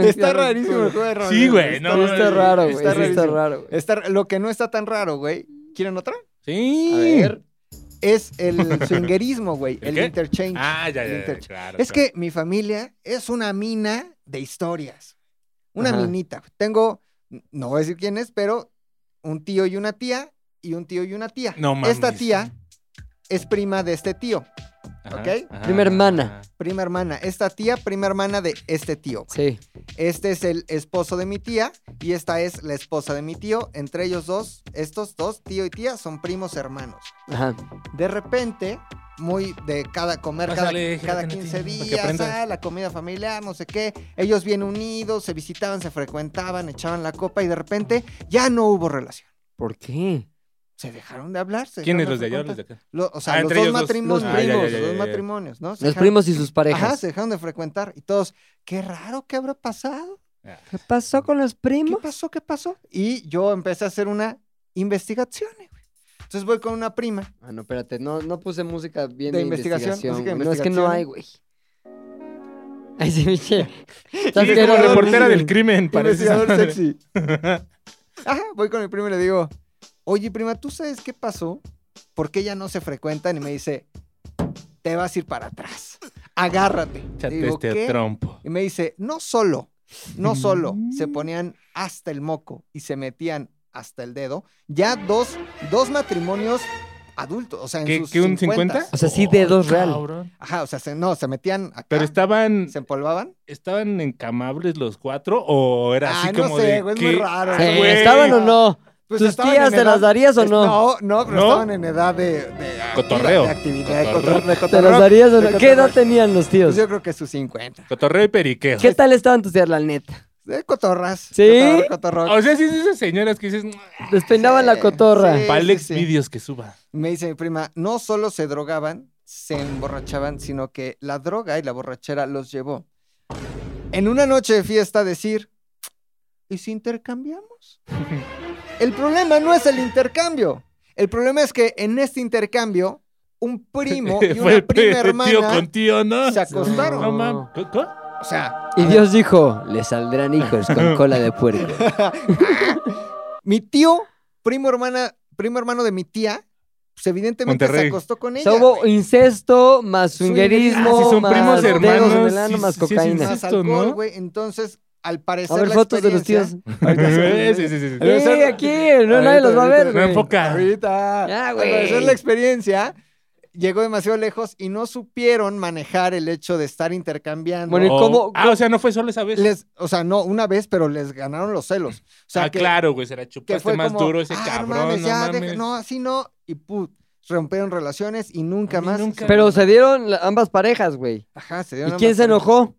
Está rarísimo el juego de rol.
Sí, güey, no.
Pero está raro, güey.
Está
Está, está
rarísimo.
raro, güey.
Está- lo que no está tan raro, güey. ¿Quieren otra?
Sí.
A ver.
Es el swingerismo, güey.
¿El
El,
qué?
interchange.
Ah, ya,
El
ya, ya,
interchange.
claro.
es que mi familia es una mina de historias. Una
Ajá.
minita. güey. Tengo, no voy a decir quién es, pero un tío y una tía y un tío y una tía.
No mames.
Esta tía es prima de este tío.
Ajá,
¿ok?
ajá,
Prima hermana.
ajá.
Prima hermana. Esta tía, prima hermana de este tío.
Sí.
Este es el esposo de mi tía y esta es la esposa de mi tío. Entre ellos dos, estos dos, tío y tía, son primos hermanos.
Ajá.
De repente, muy de cada comer
Pásale,
cada, cada
gelatina,
15
para que
días,
aprendas.
ah, la comida familiar, no sé qué. Ellos bien unidos, se visitaban, se frecuentaban, echaban la copa y de repente ya no hubo relación.
¿Por qué?
Se dejaron de hablar. se
¿Quiénes
dejaron
los de
de
allá o los de
frecuentar.
acá?
Lo- o sea,
Ah,
los
entre
dos
ellos dos.
Los
matrimonios, los primos,
primos. Ah, ya, ya,
los
ya,
dos
ya, ya.
matrimonios, ¿no? Se
Los
dejaron-
primos y sus parejas.
Ajá, se dejaron de frecuentar. Y todos, qué raro, ¿qué habrá pasado?
¿Qué pasó con los
¿Qué
primos?
pasó? ¿Qué pasó? Y yo empecé a hacer una investigación. güey. Entonces voy con una prima.
Ah, no, espérate, no, no puse música bien
De
de,
investigación,
investigación.
música de
güey. No, es que no
investigación.
hay, güey. Ay, sí, Michelle. Estás
Eres como
quedando-
reportera del crimen, parece.
Investigador sexy. Ajá, voy con mi prima y le digo, oye, prima, ¿tú sabes qué pasó? ¿Por qué ya no se frecuentan? Y me dice, te vas a ir para atrás. Agárrate.
Échate
Digo,
este
"¿Qué?".
trompo.
Y me dice, no solo, no solo, se
Mm.
ponían hasta el moco y se metían hasta el dedo, ya dos, dos matrimonios adultos, o sea, en
¿Qué-
sus
qué, un
50?
50?
O sea, sí, dedos real.
Ajá, o sea, se- no, se metían acá,
Pero estaban,
se empolvaban.
estaban encamables los cuatro o era así
Ay, no
como
sé,
de
güey, es
¿qué?
muy raro.
Sí,
güey.
¿Estaban o no?
Pues
¿Tus
estaban
tías
en
te las
edad-
darías o
es-
no?
No, no, pero
¿No?
estaban en edad de... de activa,
Cotorreo.
De actividad, de
Cotorreo.
cotor- de
¿Te
cotorreo.
las darías o no?
de
¿Qué edad
cotorreo.
tenían los tíos?
Pues yo creo que sus 50.
Cotorreo y periqueo.
¿Qué tal estaban tus tías, la neta?
De cotorras.
¿Sí?
cotorro, cotorro.
O sea, sí, sí, esas señoras que dices,
Despeinaban la
Sí,
cotorra.
sí.
Palex vídeos que suba.
Me dice mi prima, no solo se drogaban, se emborrachaban, sino que la droga y la borrachera los llevó. En una noche de fiesta decir, ¿y si intercambiamos? el problema no es el intercambio. El problema es que en este intercambio, un primo y
Fue
una prima
el tío con
hermana
tío, ¿no?
se acostaron.
No mames. ¿Qué- qué?
O sea,
Y Dios dijo, le saldrán hijos con cola de puerco.
mi tío, primo hermana, primo hermano de mi tía, pues evidentemente se
Monterrey.
acostó con
O
ella.
sea, hubo
güey.
incesto, más swingerismo,
Ah, si son
más
primos
dedos en
hermanos,
el ano,
sí,
más
sí, sí, sí,
cocaína.
Más
Insisto,
alcohol,
¿no?
güey. Entonces, al parecer
A ver,
la
fotos de los tíos.
experiencia-
Sí, sí, sí, sí.
Debe
Sí,
ser-
aquí, no, nadie los va a ver.
No
güey.
enfoca.
Ahorita.
Ya,
Al
güey.
parecer la experiencia llegó demasiado lejos y no supieron manejar el hecho de estar intercambiando.
Bueno, ¿y
O-
cómo-
Ah, o sea, no fue solo esa vez.
Les- o sea, no, una vez, pero les ganaron los celos. O sea,
ah,
que,
claro, güey, se la
que
chupaste
fue
más
como,
duro ese
"Ah, no
cabrón,
mames,
no
ya,
mames.
deja- no, así no. Y put, rompieron relaciones y nunca
A mí
más.
nunca.
Pero se dieron la- ambas parejas, güey.
Ajá, se
¿Y
dieron
quién
ambas
se
cuenta.
enojó?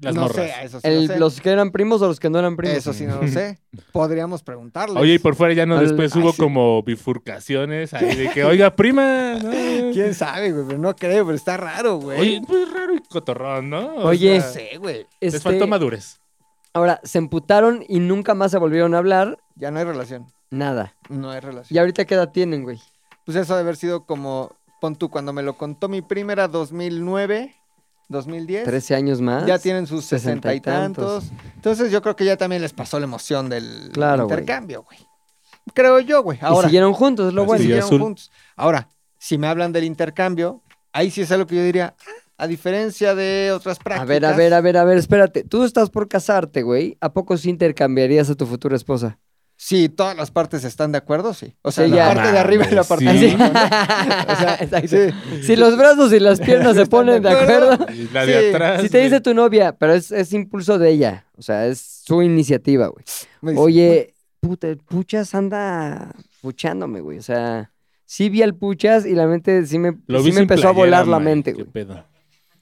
Las
no
morras.
sé, eso sí no
El-
sé.
¿Los que eran primos o los que no eran primos?
Eso sí no lo sé. Podríamos preguntarle.
Oye, y por fuera ya no,
Al-
después
ay,
hubo
sí.
como bifurcaciones ahí de que, oiga, prima. ¿no?
¿Quién sabe, güey? Pero no creo, pero está raro, güey.
Oye, muy raro y cotorrón, ¿no? O
Oye,
sea,
sé, güey.
les
Este,
faltó madurez.
ahora, se emputaron y nunca más se volvieron a hablar.
Ya no hay relación.
Nada.
No hay relación.
¿Y ahorita qué edad tienen, güey?
Pues eso ha de haber sido como, pon tú, cuando me lo contó mi prima era 2009, 2010.
13 años más.
Ya tienen sus
Sesenta
sesenta
y
y tantos. Entonces yo creo que ya también les pasó la emoción del
Claro, güey.
intercambio, güey. Creo yo, güey.
Y
Ahora,
siguieron juntos, es lo
Así
bueno.
es.
siguieron
azul.
juntos. Ahora, si me hablan del intercambio, ahí sí es algo que yo diría, ah, a diferencia de otras
A
prácticas.
ver, a ver, a ver, a ver, espérate. Tú estás por casarte, güey. ¿A poco sí intercambiarías a tu futura esposa?
Sí, todas las partes están de acuerdo, sí. O sea,
Sí,
la
ya.
parte de arriba y la parte
Sí.
de
Así.
abajo. O sea,
Exacto.
sí.
Si los brazos y las piernas se
¿Están
ponen de
de acuerdo?
acuerdo.
Y La de
sí,
atrás.
Si te
güey.
dice tu novia, pero es, es impulso de ella. O sea, es su iniciativa, güey.
Me dice,
Oye, puta, el Puchas anda puchándome, güey. O sea, sí vi al Puchas y la mente sí me,
Lo
sí
vi
me
sin
empezó a
playera,
volar la
man,
mente,
qué
güey.
pedo.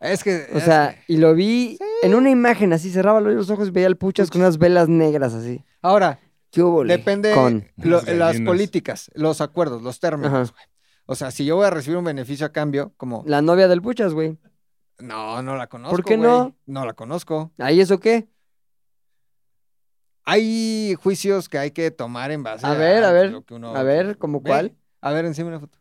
Es que.
O sea, y lo vi en una imagen así, cerraba los ojos y veía al Puchas con unas velas negras así.
Ahora,
¿Qué hubo, le?
depende
Con...
lo-
Las
las,
gallinas.
políticas, los acuerdos, los términos.
Ajá.
güey. O sea, si yo voy a recibir un beneficio a cambio, como.
La novia del Puchas, güey.
No, no la conozco.
¿Por qué
güey.
no?
No la conozco.
¿Ahí eso qué?
Hay juicios que hay que tomar en base
A ver, a ver,
lo que uno-
A ver, ¿como
Ve,
cuál?
A ver, encima una foto.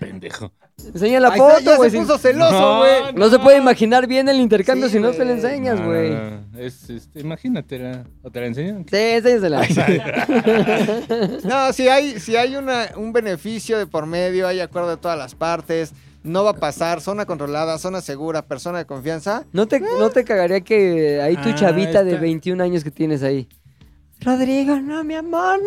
Pendejo.
Enseña la
Ahí está,
foto,
ya
güey.
se
si-
puso celoso,
No,
güey.
no.
No se puede imaginar bien el intercambio
Sí,
si no se le
güey.
enseñas,
No,
güey.
no, es, este, imagínatela. ¿O te la enseñan?
Sí, enséñasela.
No, si hay, si hay una, un beneficio de por medio, hay acuerdo de todas las partes, no va a pasar, zona controlada, zona segura, persona de confianza.
¿No te, no te cagaría que ahí tu
Ah,
chavita de
está.
21 años que tienes ahí Rodrigo, no, mi amor,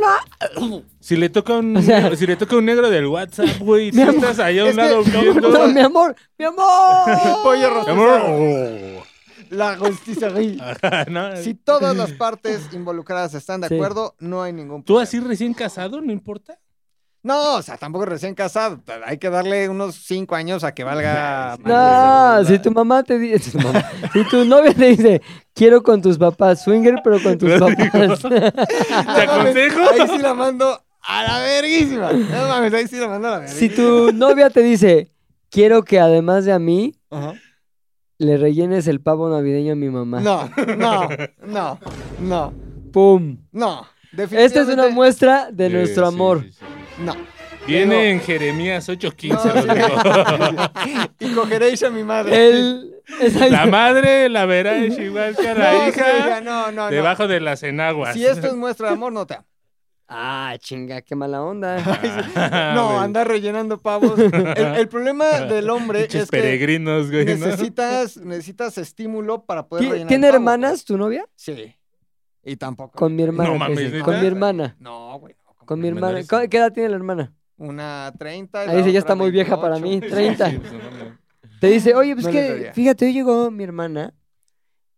no.
Si le toca un,
O sea-
si le toca un negro del WhatsApp, güey, tú
Mi amor,
estás allá a
es
un
que-
lado viendo.
No, mi amor, mi amor.
Pollo
Mi amor,
rostizado. Ah.
oh.
La justicia.
Ajá, no.
Si todas las partes involucradas están de
Sí.
acuerdo, no hay ningún
¿Tú
problema.
así recién casado? ¿No importa?
No, o sea, tampoco recién casado. Hay que darle unos cinco años a que valga.
No, si tu mamá te dice, tu mamá, si tu novia te dice, quiero con tus papás, swinger, pero con tus papás.
¿Te aconsejo?
Ahí sí la mando a la verguísima. No mames, ahí sí la mando a la verguísima.
si tu novia te dice, quiero que además de a mí, le rellenes el pavo navideño a mi mamá.
No, no, no, no,
¡Pum!
no. Definitivamente.
Esta es una muestra de
Sí,
nuestro
sí,
amor.
sí, sí.
No.
Viene
Pero-
en Jeremías
No,
8:15.
sí.
Rodrigo.
y cogeréis a mi madre.
El... Exacto.
La madre la verá es igual que a la
No, sí,
hija
hija, no, no, no.
debajo de las enaguas.
Si esto es muestra de amor, no te amo.
Ah, chinga, qué mala onda.
Ah,
No, andar rellenando pavos. El, el problema del hombre
Pinches
es que
peregrinos, güey. ¿no?
necesitas, necesitas estímulo para poder
¿Ti-
rellenar.
¿Tiene
el pavo,
hermanas tu novia?
güey. Sí. Y tampoco.
Con mi hermana.
No mames,
que sí,
¿neta?
con mi hermana.
No, güey. no, ¿cómo?
Con mi hermana.
Menores.
¿Cu- ¿Qué edad tiene la hermana?
Una 30.
Ahí sí ya está muy vieja para mí. 30.
Sí, pues, no mames.
Te dice, oye, pues
No le
que,
sabía.
fíjate, hoy llegó mi hermana.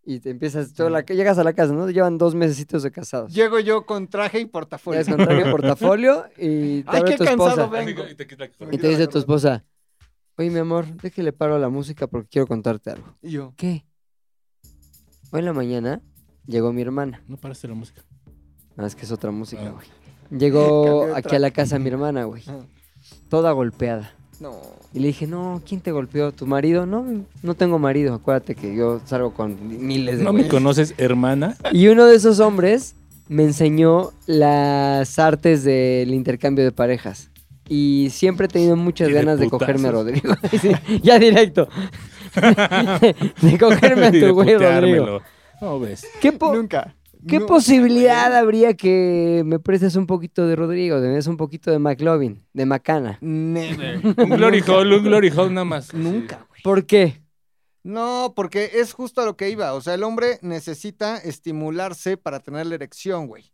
Y te empiezas, toda la, llegas a la casa, ¿no? Llevan dos mesecitos de casados.
Llego yo con traje y portafolio.
Llegas con traje y portafolio y te
Ay,
abre
qué
tu
cansado
esposa.
vengo.
Así que- y te quita-
Y te dice tu esposa, oye, mi amor, déjale paro a la música porque quiero contarte algo.
Y yo.
¿Qué? Hoy en la mañana llegó mi hermana.
No paraste la música.
No, es que es otra música,
Ah.
güey.
Cambió
Llegó
de
aquí a la casa mi hermana, güey.
Ah.
Toda golpeada.
No.
Y le dije, no, ¿quién te golpeó? ¿Tu marido? No, no tengo marido. Acuérdate que yo salgo con miles de
¿No me
güeyes.
conoces, hermana?
Y uno de esos hombres me enseñó las artes del intercambio de parejas. Y siempre he tenido muchas
Y de
ganas de,
putazos.
cogerme a Rodrigo. Sí, ya directo. de cogerme a
Y de
tu güey, Rodrigo.
puteármelo. No ves.
¿Qué, po-
Nunca.
qué
Nu-
posibilidad habría que me prestes un poquito de Rodrigo, de me des un poquito de McLovin, de Macana?
Never.
Un glory hole, un glory hole nada más.
Nunca, güey.
¿Por qué?
No, porque es justo a lo que iba. O sea, el hombre necesita estimularse para tener la erección, güey.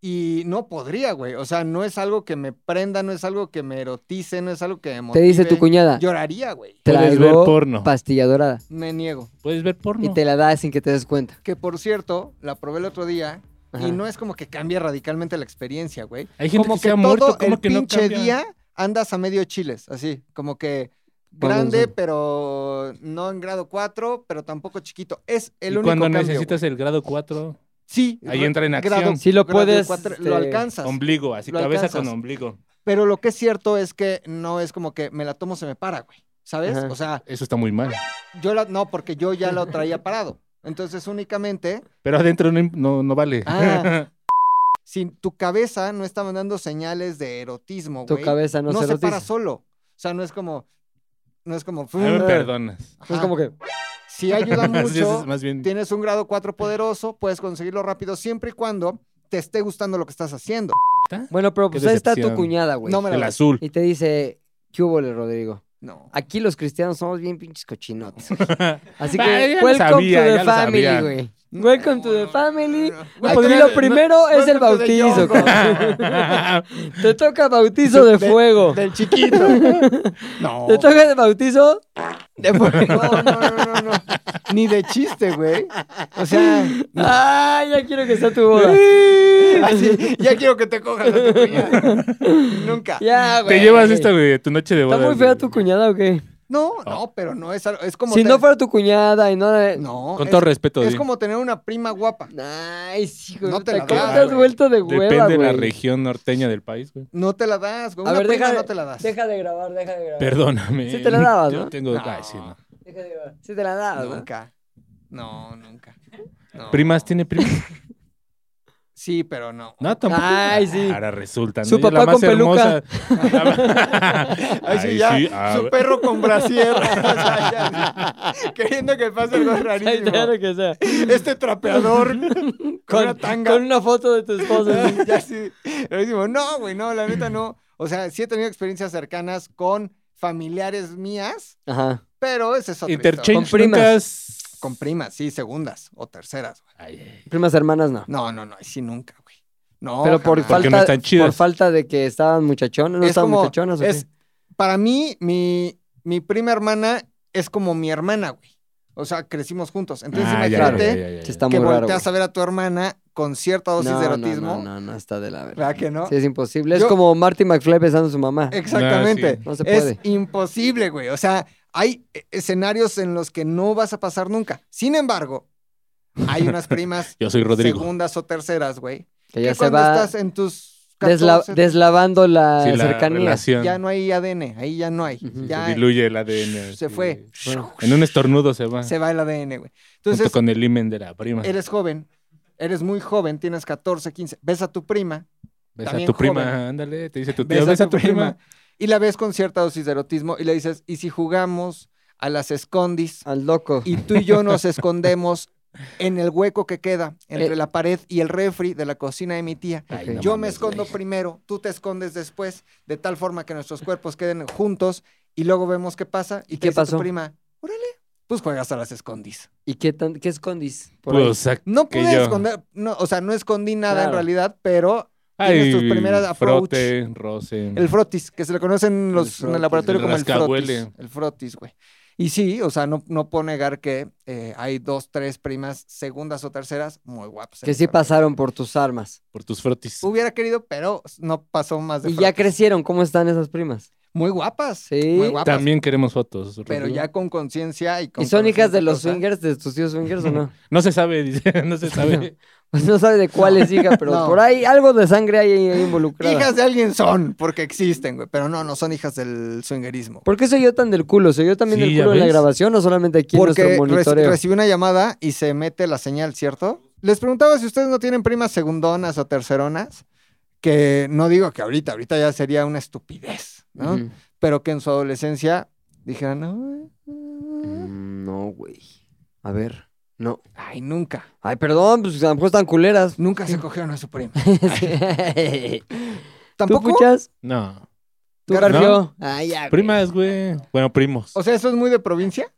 Y no podría, güey. O sea, no es algo que me prenda, no es algo que me erotice, no es algo que me
Te
motive.
dice tu cuñada,
Lloraría, güey.
Puedes ver
traigo
porno.
pastilla dorada.
Me niego.
Puedes ver porno.
Y te la da sin que te des cuenta.
Que por cierto, la probé el otro día
Ajá.
y no es como que cambie radicalmente la experiencia, güey.
Hay gente
como
que se ha
todo
muerto, ¿cómo
el
que no
pinche
cambia?
día andas a medio chiles, así, como que
Cuando
grande,
son-
pero no en grado 4, pero tampoco chiquito. Es el
y
único
cuando
cambio,
necesitas el grado 4,
güey. Sí.
ahí
gra-
entra en
grado-
acción.
Sí lo
grado
puedes,
cuatro,
este,
Lo alcanzas.
Ombligo, así,
Lo
cabeza
alcanzas.
con ombligo.
Pero lo que es cierto es que no es como que me la tomo, se me para, güey. ¿Sabes?
Ajá.
O sea,
Eso está muy mal.
yo la... No, porque yo ya lo traía parado. Entonces únicamente
Pero adentro no, no, no vale.
Ah. si tu cabeza no está mandando señales de erotismo,
Tu
güey.
cabeza
no,
no, se
se
erotiza.
para solo. O sea, no es como. No Ah, es como.
Ahí me
"Fu".
perdonas.
No es como que...
Si ayuda
Así es,
mucho,
es más bien.
tienes un grado 4 poderoso, puedes conseguirlo rápido siempre y cuando te esté gustando lo que estás haciendo.
Bueno, pero
Qué
pues ahí está tu
decepción.
cuñada, güey.
No me
El
la.
azul.
Y te dice, ¿qué hubo, le, Rodrigo?
No.
Aquí los cristianos somos bien pinches cochinotes. güey. Así que,
Ah, ya lo
welcome
sabía,
to
ya
the
lo
family,
sabía.
güey. Welcome to
No,
the
no,
family.
no, no, no.
Aquí
podría-
lo
no,
primero es el
welcome to the
bautizo,
jungle.
cabrón. Te toca bautizo de
De-
fuego.
Del chiquito. No.
Te toca de bautizo.
De fuego. No, no, no, no, no. Ni de chiste, güey. O sea,
Ay, ya quiero que sea tu boda.
así, ya quiero que te cojas a tu cuñada. Nunca.
Ya, güey.
Te llevas esta de tu noche de boda.
¿Está muy fea tu cuñada o qué?
No, no, pero no es algo. Es como.
Si
te-
no fuera tu cuñada y no... la-
No.
Con
es-
todo respeto,
Es
di.
como tener una prima guapa.
Ay, sí, güey.
No te la
¿Cómo
das,
te has
güey.
vuelto de hueva,
Depende de la
güey?
región norteña del país, güey.
No te la das, güey.
A
Una
ver,
prima
deja,
no te la das.
deja de grabar, deja de grabar.
Perdóname.
Sí te la dabas,
Yo
¿no?
tengo...
No.
Ay, sí, no.
Deja de ¿eh? grabar. Sí te la dabas, ¿no?
Nunca. No, nunca. No.
¿Primas tiene primas?
Sí, pero no.
No, tampoco.
Ay, sí.
Ahora resulta. ¿no?
Su
Yo la
papá
más
con peluca.
hermosa.
Ay, sí, ya.
ah,
su perro con brasier. O sea, ya, sí. Queriendo que pase algo
Ay,
rarísimo.
claro que sea.
Este trapeador con una
Con,
tanga.
con una foto de tu esposa. sí.
ya sí. Rarísimo. No, güey, no, la neta no. O sea, sí he tenido experiencias cercanas con familiares mías,
Ajá.
pero ese es otro.
Interchange
Con primas.
primas.
Con primas, sí, segundas o terceras. güey.
Ay, ay.
Primas hermanas, no.
No, no, no, ahí sí nunca, güey. No,
Pero por
jamás.
Porque no
falta,
están chidas.
por falta de que estaban muchachones, no
Es
estaban
como-
muchachonas. ¿o qué?
es- Para mí, mi, mi prima hermana es como mi hermana, güey. O sea, crecimos juntos. Entonces
Ah, ya, ya,
imagínate
ya, ya, ya,
Sí,
ya.
está
que
muy raro.
volteas
güey.
a ver a tu hermana con cierta dosis
no,
de
no,
erotismo.
No, no, no, está de la verga.
¿Verdad que no?
Sí, es imposible. Es
Yo-
como Marty McFly besando a su mamá.
Exactamente.
Ah, sí.
No se
Es
puede.
imposible, güey. O sea, hay eh, escenarios en los que no vas a pasar nunca. Sin embargo, hay unas primas
Yo soy Rodrigo.
segundas o terceras, güey.
Que ya
que
se
cuando
va
estás en tus
desla-
14,
deslavando la
Sí, la
cercanía.
relación
ya no hay ADN, ahí ya no hay.
Ujú.
Ya
se diluye el ADN.
se
sí.
fue.
Bueno,
En un estornudo se va.
se va el ADN, güey.
junto
Entonces,
con el himen de la prima.
eres joven, eres muy joven, tienes 14, 15, ves a tu prima,
Ves a
también
tu
joven.
prima, ándale. Te dice tu tía, ves a tu prima.
y la ves con cierta dosis de erotismo y le dices, ¿y si jugamos a las escondis?
al loco.
y tú y yo nos escondemos en el hueco que queda entre
Eh.
la pared y el refri de la cocina de mi tía.
Ay,
no
yo me
mames,
escondo
güey.
primero, tú te escondes después, de tal forma que nuestros cuerpos queden juntos y luego vemos qué pasa. ¿Y
¿Qué
qué pasa
pasó?
tu prima? Órale, pues juegas a las escondis.
¿Y qué, tan, qué escondís? por ahí?
Pues, sac-
No
Que
pude
yo.
esconder, no, o sea, no escondí nada
Claro.
en realidad, pero
ay,
tienes tus primeras approach.
frote, roce.
el frotis, que se le conoce en, los-
El
en
frotis,
el
Mm.
laboratorio
el
como el frotis.
rascahuele.
El frotis, güey. Y sí, o sea, no, no puedo negar que eh, hay dos, tres primas, segundas o terceras, muy guapas. en
que
el
sí
frotis.
pasaron por tus armas.
por tus frotis.
Pues, Hubiera querido, pero no pasó más de
Y ya
frotis.
crecieron. ¿Cómo están esas primas?
Muy guapas.
Sí.
Muy guapas.
También queremos fotos.
Pero
Rodrigo.
ya con conciencia y con.
¿Y son hijas de
conocimiento,
los
o sea,
swingers, de tus tíos swingers o no?
No se sabe, dice. No se sabe.
Pues no sabe de cuál es hija, pero
No.
por ahí algo de sangre hay ahí involucrada.
Hijas de alguien son, porque existen, güey. Pero no, no son hijas del swingerismo.
¿Por qué soy yo tan del culo? ¿Soy yo también
Sí,
del
ya
culo en la
ves.
grabación o solamente aquí en
Porque
nuestro
reci-
monitoreo?
recibí una llamada y se mete la señal, ¿cierto? Les preguntaba si ustedes no tienen primas segundonas o terceronas, que no digo que ahorita, ahorita ya sería una estupidez, ¿no?
Ujú.
Pero que en su adolescencia dijeran, "Ay, ay,
Mm, No, güey. A ver. No.
ay, nunca,
Ay, perdón, pues a lo mejor están culeras.
nunca se cogieron a su prima.
¿Tú
Tampoco,
puchas?
No.
¿Tú,
¿No?
Garfio? Ay, ya, güey.
Primas, güey. Bueno, primos.
o sea, eso es muy de provincia.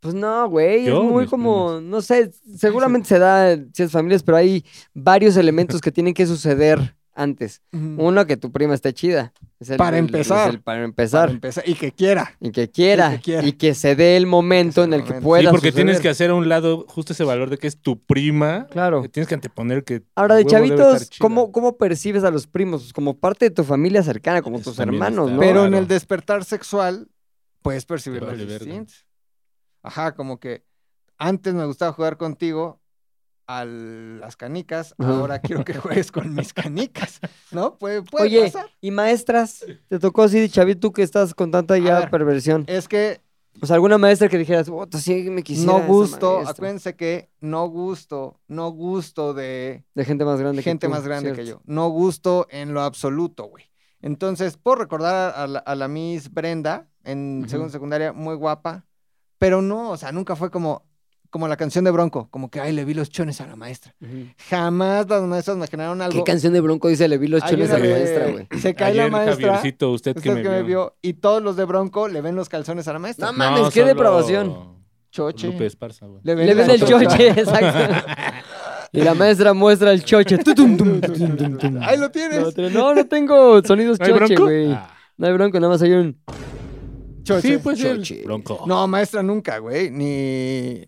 Pues no, güey, es
Yo,
muy
mis
como, no sé, seguramente se da en ciertas familias, pero hay varios elementos que tienen que suceder antes.
Mm.
Uno, que tu prima esté chida. Es el-
Para
el-
empezar.
es el para
Para
empezar.
em-
empezar, y que quiera.
Y que quiera.
Y que quiera.
Y que se dé el momento en el que
Exactamente.
pueda
Sí, porque
suceder.
tienes que hacer a un lado justo ese valor de que es tu prima.
Claro.
Que Tienes que anteponer que.
Ahora, de
huevo debe
chavitos,
estar chida.
¿cómo, ¿cómo percibes a los primos? Pues como parte de tu familia cercana, como
Eso
tus
también
hermanos,
está
¿no?
Pero en
Claro.
el despertar sexual puedes percibirlo
vale verga.
distinto. Ajá, como que antes me gustaba jugar contigo a las canicas,
Ajá.
ahora quiero que juegues con mis canicas, ¿no? Puede, puede
Oye.
pasar.
Y maestras, te tocó así de chavito que estás con tanta ya
ver.
perversión.
Es que
O sea, alguna maestra que dijeras, oh, sí me quisiera.
no
esa
gusto,
maestra".
acuérdense que no gusto, no gusto de
De gente más grande que
gente
tú,
más grande que yo.
¿cierto?
No gusto en lo absoluto, güey. Entonces, puedo recordar a la, a la Miss Brenda en
Ujú.
segundo de secundaria, muy guapa, pero no, o sea, nunca fue como, como la canción de Bronco, como que, ay, le vi los chones a la maestra. Jamás las maestras me generaron
¿Qué
algo.
canción de Bronco dice Le vi los
Hay
chones
una
a la
de-
maestra, güey?
Se cae la
Ayer,
maestra,
Javiercito, usted,
usted
que me, vio.
y todos los de Bronco le ven los calzones a la maestra.
No mames, qué
solo
depravación.
Choche.
Lupe Esparza, güey.
Le ven,
Le ven
la
el choche, exacto. Y la maestra muestra el choche. Tutum, tum, tum, tum, tum.
Ahí lo tienes.
No, te- no, no tengo sonidos
¿No hay
choche,
bronco?
güey.
Ah.
No hay bronco, nada más hay un...
Choche.
Sí, pues el
Choche.
bronco.
No, maestra nunca, güey. Ni.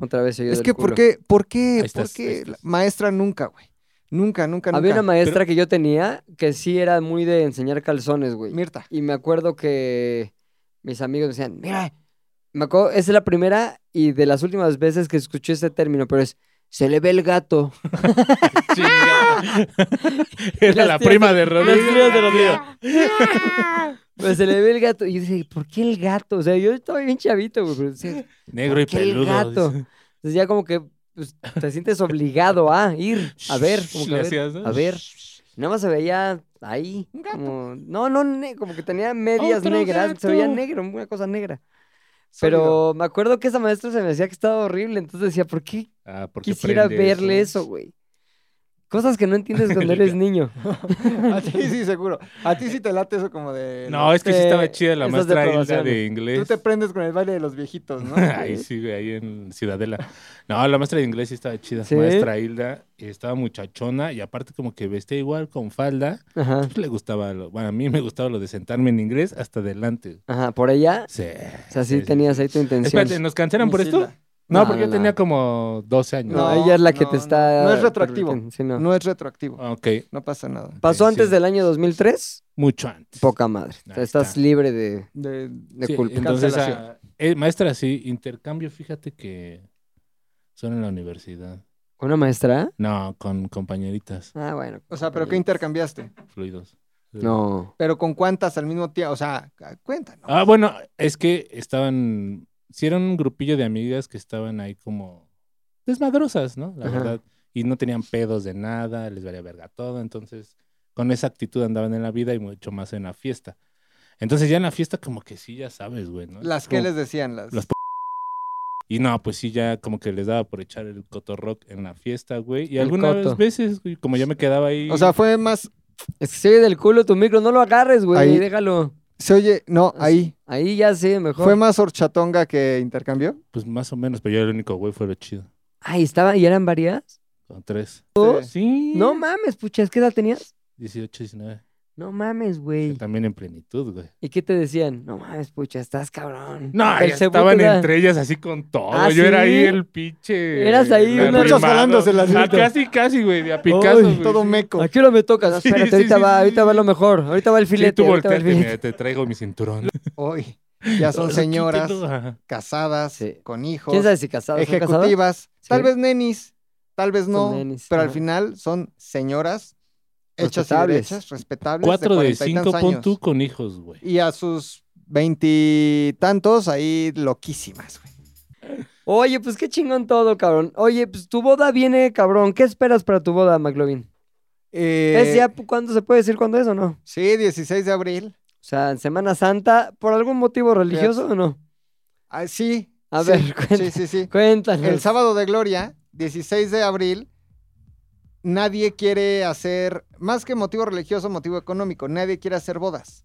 Otra vez oído
Es
del
que,
culo.
¿por qué? ¿Por qué?
Ahí estás,
¿Por
ahí
qué?
estás.
La- Maestra nunca, güey. Nunca, nunca, nunca.
Había una maestra que yo tenía que sí era muy de enseñar calzones, güey.
Mirta.
Y me acuerdo que mis amigos decían, mira, me acuerdo, esa es la primera y de las últimas veces que escuché este término, pero es, se le ve el gato.
Chinga. Era
Las
la
tías
prima de Rodrigo.
las tías de Rodrigo. Pero pues, se le ve el gato. Y yo dije, ¿por qué el gato? O sea, yo estaba bien chavito, güey. Pero decía,
Negro y
¿por qué el
peludo.
gato?
dice.
Entonces ya como que pues, te sientes obligado a ir, a ver, como que
Le
a ver.
hacías, ¿no?
a ver. Nada más se veía ahí. Como, no, no, ne- como que tenía medias
Otro
negras. Se veía
gato.
negro, una cosa negra.
Sólido.
Pero me acuerdo que esa maestra se me decía que estaba horrible. Entonces decía, ¿por qué
Ah, porque
quisiera
prende
verle
eso.
eso, güey? Cosas que no entiendes cuando eres niño.
A ti sí, seguro. A ti sí te late eso como de...
No, es que sí
eh,
estaba chida la
esas
maestra Hilda
deprobaciones.
de
Tú
inglés.
te prendes con el baile de los viejitos, ¿no?
Ahí sí, güey, ahí en Ciudadela. No, la maestra de inglés sí estaba chida.
¿Sí?
Maestra Hilda estaba muchachona y aparte como que vestía igual con falda.
Ajá.
Pues le gustaba, lo- bueno, a mí me gustaba lo de sentarme en inglés hasta adelante.
Ajá, por allá.
Sí.
O sea, sí
sí.
tenías ahí tu intención.
Espérate, ¿nos cancelan por esto?
Lucila.
No,
No,
porque yo
no.
tenía como 12 años.
No, ella es la que
no,
te
no.
está.
No es retroactivo.
permitiendo, sí, no.
No es retroactivo.
Ok,
No pasa nada.
Pasó
sí.
antes del año 2003,
mucho antes.
poca madre. O sea,
Ahí
estás
está.
libre de,
De-
de
Sí,
culpa.
Entonces,
Cancelación.
ah, eh, maestra, sí, intercambio, fíjate que son en la universidad.
¿Una maestra?
No, con compañeritas,
Ah, bueno.
O sea, ¿pero qué intercambiaste?
fluidos.
No.
¿Pero con cuántas al mismo tiempo? O sea, cuéntanos.
Ah, bueno, es que estaban, sí eran un grupillo de amigas que estaban ahí como desmadrosas, ¿no? La
Ajá.
verdad. Y no tenían pedos de nada, les valía verga todo. Entonces, con esa actitud andaban en la vida y mucho más en la fiesta. Entonces, ya en la fiesta como que sí, ya sabes, güey, ¿no?
Las que
Como-
les decían las...
Las- Y no, pues sí, ya como que les daba por echar el cotorrock en la fiesta, güey. Y
El
algunas
coto.
veces, güey, como yo me quedaba ahí.
O sea, fue más...
Es que se oye del culo tu micro, no lo agarres, güey.
Ahí.
Déjalo.
Se oye... No, ahí.
Ahí ya sí, mejor.
¿Fue más horchatonga que intercambió?
pues más o menos, pero yo era el único güey, fue lo chido.
Ay, estaba, ¿y eran varias?
Con tres.
Sí.
Sí.
No mames, puchas, ¿qué edad tenías?
18, 19.
No mames,
O sea,
güey.
También en plenitud, güey.
¿Y qué te decían? No mames, pucha, estás cabrón.
No, ya
Persecuta.
estaban entre ellas así con todo.
¿Ah,
Yo era
sí?
ahí el pinche.
Eras ahí
el
un- Muchos
arrimado.
jalándose las
Ah,
nalgas.
casi, casi, güey, de a Picasso. güey.
Todo meco.
¿A qué hora me tocas? Ah,
Sí,
Espérate,
sí,
ahorita
sí,
va,
sí,
ahorita
sí.
va lo mejor. Ahorita va el
Sí,
filete.
tú
ahorita va el
volteaste,
filete.
mira, te traigo mi cinturón.
Hoy ya son señoras
Ajá.
casadas,
Sí.
con hijos,
¿Quién sabe si casados son casados?
ejecutivas, tal
Sí.
vez nenis, tal vez no,
nenis,
pero al
ajá.
final son señoras hechas y
Respetables.
derechas, respetables.
Cuatro de
cuarenta y
cinco,
tantos
pon
años.
tú con hijos, güey.
Y a sus veintitantos ahí loquísimas, güey.
Oye, pues qué chingón todo, cabrón. Oye, pues tu boda viene, cabrón. ¿Qué esperas para tu boda, McLovin?
Eh,
¿Es ya pu- cuándo se puede decir cuándo es o no? O
Sí, 16 de abril.
sea, en Semana Santa, ¿por algún motivo religioso o no?
Ah, sí.
A
sí,
ver,
Sí,
cuenta-
sí, sí.
Cuéntanos.
El sábado de gloria, 16 de abril, nadie quiere hacer, más que motivo religioso, motivo económico, nadie quiere hacer bodas.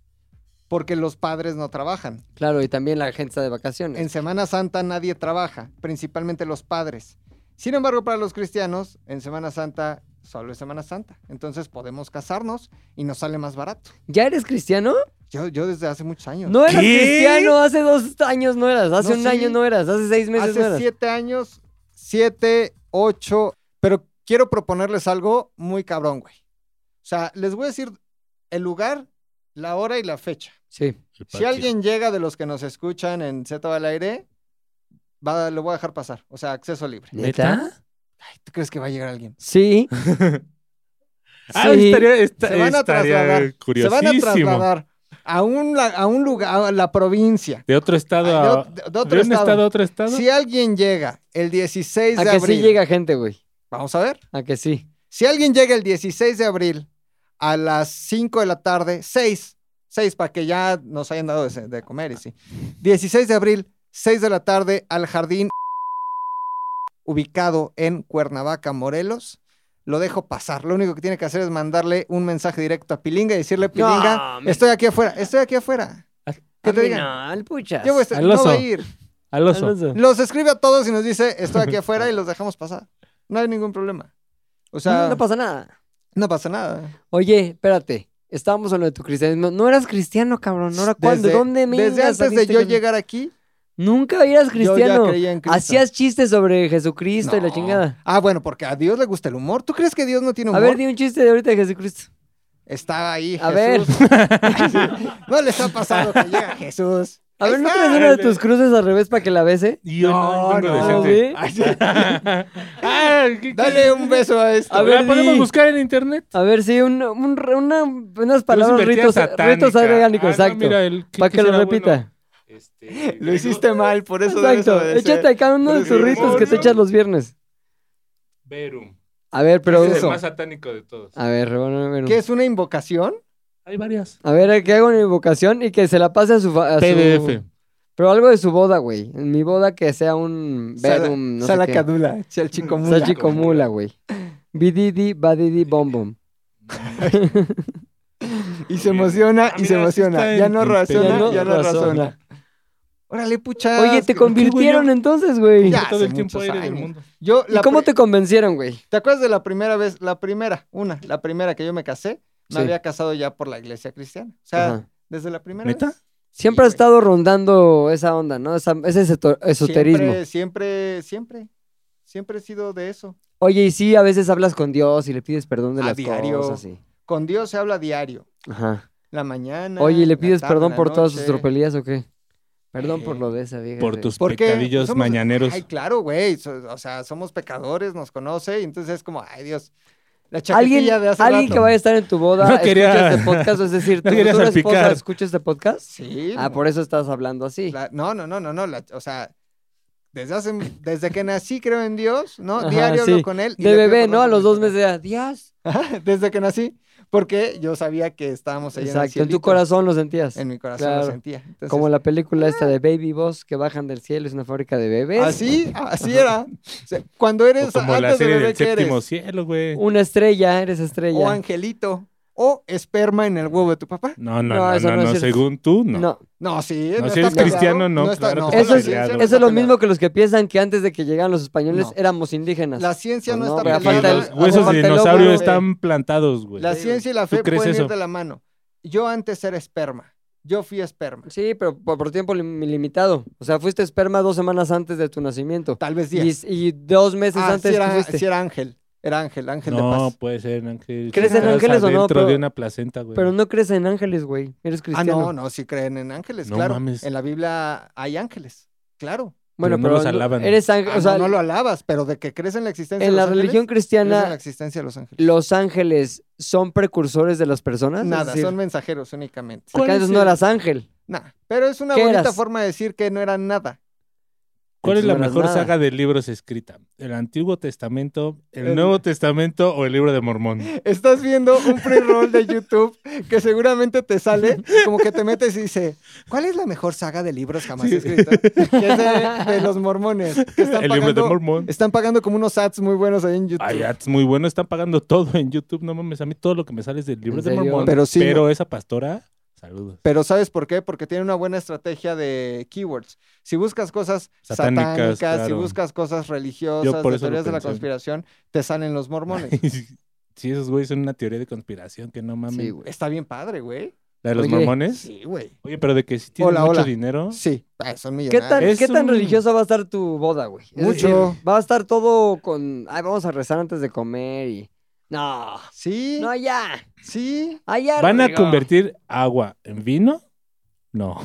Porque los padres no trabajan.
Claro, y también la gente está de vacaciones.
En Semana Santa nadie trabaja, principalmente los padres. Sin embargo, para los cristianos, en Semana Santa solo es Semana Santa. Entonces podemos casarnos y nos sale más barato.
¿Ya eres cristiano?
Yo, yo desde hace muchos años.
No eras
¿Qué?
cristiano, hace dos años no eras, hace
No,
un
sí.
año no eras, hace seis meses no
Hace
eras.
siete años, siete, ocho. Pero quiero proponerles algo muy cabrón, güey. O sea, les voy a decir el lugar, la hora y la fecha.
Sí.
El
Si
patio.
alguien llega de los que nos escuchan en Z al aire, va, lo voy a dejar pasar. O sea, acceso libre.
¿Neta?
Ay, ¿Tú crees que va a llegar alguien?
Sí.
Ah,
Sí.
estaría, esta-
Se van a
estaría
trasladar. Se van a
curiosísimo.
trasladar a un, la- a un lugar, a la provincia.
De otro estado
Ay, de
a...
ot- de- de otro
un estado.
estado.
a otro estado?
Si alguien llega el 16
A
de
que
abril,
sí llega gente, güey.
vamos a ver.
A que sí.
Si alguien llega el 16 de abril a las 5 de la tarde, 6, 6 para que ya nos hayan dado de, de comer y sí. 16 de abril, 6 de la tarde al jardín ubicado en Cuernavaca, Morelos. Lo dejo pasar. Lo único que tiene que hacer es mandarle un mensaje directo a Pilinga y decirle, Pilinga,
me-
estoy aquí afuera, estoy aquí afuera.
¿Qué
Que te digan,
No, al puchas.
yo voy a estar,
Al
no
oso.
va a ir.
Al oso.
Alonso.
Los escribe a todos y nos dice, estoy aquí afuera y los dejamos pasar. No hay ningún problema. O sea,
No, no pasa nada.
no pasa nada.
Oye, espérate. Estábamos en lo de tu cristianismo. No eras cristiano, cabrón. ¿No era cuándo?
Desde-
¿Dónde me
Desde antes de yo llegar aquí,
Nunca eras
yo
cristiano.
ya creía en Cristo.
Hacías chistes sobre Jesucristo y la
No.
chingada.
Ah, bueno, porque a Dios le gusta el humor. ¿Tú crees que Dios no tiene
A
humor?
ver, di un chiste de ahorita de Jesucristo.
Está ahí
A
Jesús. no le está pasando que llega Jesús.
A
Ahí
ver, ¿no
está.
traes una de tus cruces al revés para que la bese?
Yo no, vengo
no, güey.
decente. Ay, sí. Ay, ¿qué- qué-
Dale un beso a esto.
A ver,
¿La podemos
di.
buscar en internet?
A ver, sí, un, un- una- unas
Pero es
palabras,
invertida
ritos,
satánica.
ritos orgánicos,
Ah, no,
exacto.
mira, el- ¿qué-
para
qué
que lo
será
repita.
bueno? Este,
Lo hiciste mal, por eso debes
Exacto.
obedecer.
Échate acá uno de
Pero
tus
sí,
ritos
amor,
que te
¿no?
echas los viernes.
Verum.
A ver, pero.
¿Qué
Es
eso?
el más satánico de todos.
A ver, bueno, bueno.
¿Qué es una invocación?
Ah, Hay varias.
A ver, que haga una invocación y que se la pase a su. fa- a su-
PDF.
Pero algo de su boda, güey. En mi boda que sea un.
Sala-
Verum, no sé
Sala
qué.
cadula. Chalchicomula.
Salchicomula, güey. Bididi, badidi, bom, bom.
Y se emociona,
Ah,
y se
mira, sí
emociona.
está
Ya
en-
no
en
razona, ya no,
peligro. Ya no
razona.
razona.
Órale, pucha.
Oye, te convirtieron entonces, güey.
Ya,
todo
hace
el tiempo
muchos
aire del
años.
mundo.
Yo,
¿Y
la
cómo
pri-
te convencieron, güey?
¿Te acuerdas de la primera vez? La primera, una, la primera que yo me casé, me
Sí.
había casado ya por la iglesia cristiana. O sea,
Ajá.
desde la primera
¿Neta?
vez.
Siempre
Sí,
ha
güey.
estado rondando esa onda, ¿no? Esa- ese esoto- esoterismo.
Siempre, siempre, siempre. Siempre he sido de eso.
Oye, y sí, a veces hablas con Dios y le pides perdón de
A
las
diario.
cosas. sí.
Con Dios se habla diario.
Ajá.
La mañana.
Oye, ¿y le
la
pides
tarde,
perdón
la
por todas sus
noche.
tropelías o qué? Perdón
Eh,
por lo de esa vieja.
Por
güey.
tus
¿Por qué?
pecadillos
Somos-
mañaneros.
Ay, claro, güey. so- o sea, somos pecadores, nos conoce. Y entonces es como, ay, Dios. La
¿Alguien,
chaquetilla de hace
alguien
rato.
que vaya a estar en tu boda
No
escucha
quería-
este podcast, o es decir,
No
tu
quería
futura
salpicar.
esposa escucha este podcast.
Sí.
Ah, por eso estás hablando así.
la- no, no, no, no, no. la- o sea, desde hace, desde que nací creo en Dios, ¿no?
Ajá,
Diario hablo
sí.
con él. y
De
le pido
bebé,
perdón
¿no? A
por
los
mis
dos
pecados.
meses de Dios.
desde que nací, porque yo sabía que estábamos allá en el
Exacto, en tu
cielito.
corazón lo sentías.
En mi corazón lo
Claro.
sentía. Entonces,
Como la película
ah.
esta de Baby Boss que bajan del cielo, es una fábrica de bebés.
Así, así era. O sea, cuando
O
eres
Pues
como la
antes de
serie
bebé
del
que
séptimo
eres,
cielo, güey.
Una estrella, eres estrella.
o angelito, o esperma en el huevo de tu papá.
No,
No,
no, no,
eso
no,
no es
no,
cierto.
según tú, no.
no.
No, sí.
No, si
está
eres cristiano, no, claro que
está
la
peleado.
ciencia
Eso
no está
es lo
peleada.
mismo que los que piensan que antes de que llegaran los españoles
No.
éramos indígenas.
La ciencia no,
No,
está
güey,
Y
falta
peleada.
el-
los huesos
aparte
de
el óvulo,
dinosaurio
güey.
están plantados, pues, güey.
La ciencia y la fe
¿Tú crees
pueden ir
eso?
de la mano. Yo antes era esperma. Yo fui esperma.
Sí, pero por, por tiempo lim- limitado. O sea, fuiste esperma dos semanas antes de tu nacimiento.
Tal vez 10.
Y, y dos meses
Ah, sí
antes que
era,
fuiste.
sí era ángel. Era ángel, ángel de
No,
paz. Ah,
puede ser, Ángel.
¿Crees
en
Estás
ángeles o no?
adentro
Pero-
de una placenta, güey.
Pero no crees en ángeles, güey. Eres
Ah,
cristiano.
no, no, sí creen en ángeles,
No
claro.
mames.
En la Biblia hay ángeles, claro.
Bueno,
pero no
pero,
los
no-
alaban.
eres ángel.
Ah,
o sea,
no, no lo alabas, pero de que crees en la existencia
en
de
la
los ángeles,
religión
crees en la
cristiana,
existencia de los ángeles.
los ángeles son precursores de las personas. Es
Nada,
decir,
son mensajeros únicamente.
porque antes no eras ángel.
Nada, pero es una
¿Qué
bonita
eras?
forma de decir que no era nada.
¿Cuál es la
no eras
mejor
nada.
saga de libros escrita? ¿El Antiguo Testamento, el,
El-
Nuevo Testamento o el Libro de Mormón?
Estás viendo un pre-roll de YouTube que seguramente te sale, como que te metes y dice, ¿cuál es la mejor saga de libros jamás
Sí.
escrita? Que es de, de los mormones. que están
El Libro de
pagando-
Mormón.
Están pagando como unos ads muy buenos ahí en YouTube.
Ay, ads muy bueno, están pagando todo en YouTube. No mames, a mí todo lo que me sale es del libro
¿En
de
serio?
Mormón.
Pero sí,
Pero esa pastora, saludos.
Pero ¿sabes por qué? Porque tiene una buena estrategia de keywords. Si buscas cosas satánicas,
Satánicas,
si
claro.
buscas cosas religiosas,
Yo por
de
eso lo
teorías de la
pensé.
conspiración, te salen los mormones.
Sí, esos güeyes son una teoría de conspiración que no mames.
Sí, güey.
Está bien padre, güey.
¿La de los
Oye,
mormones?
Sí, güey.
Oye, pero de que si tienen
Hola,
mucho
hola.
dinero.
Sí, ah,
¿Qué tan,
son millonarios.
Es
¿qué tan
un-
religiosa va a estar tu boda, güey? Es decir,
Mucho.
va a estar todo con. Ay, vamos a rezar antes de comer y. No.
Sí,
No, allá.
sí.
Allá.
¿Van a
Rodrigo.
convertir agua en vino? No.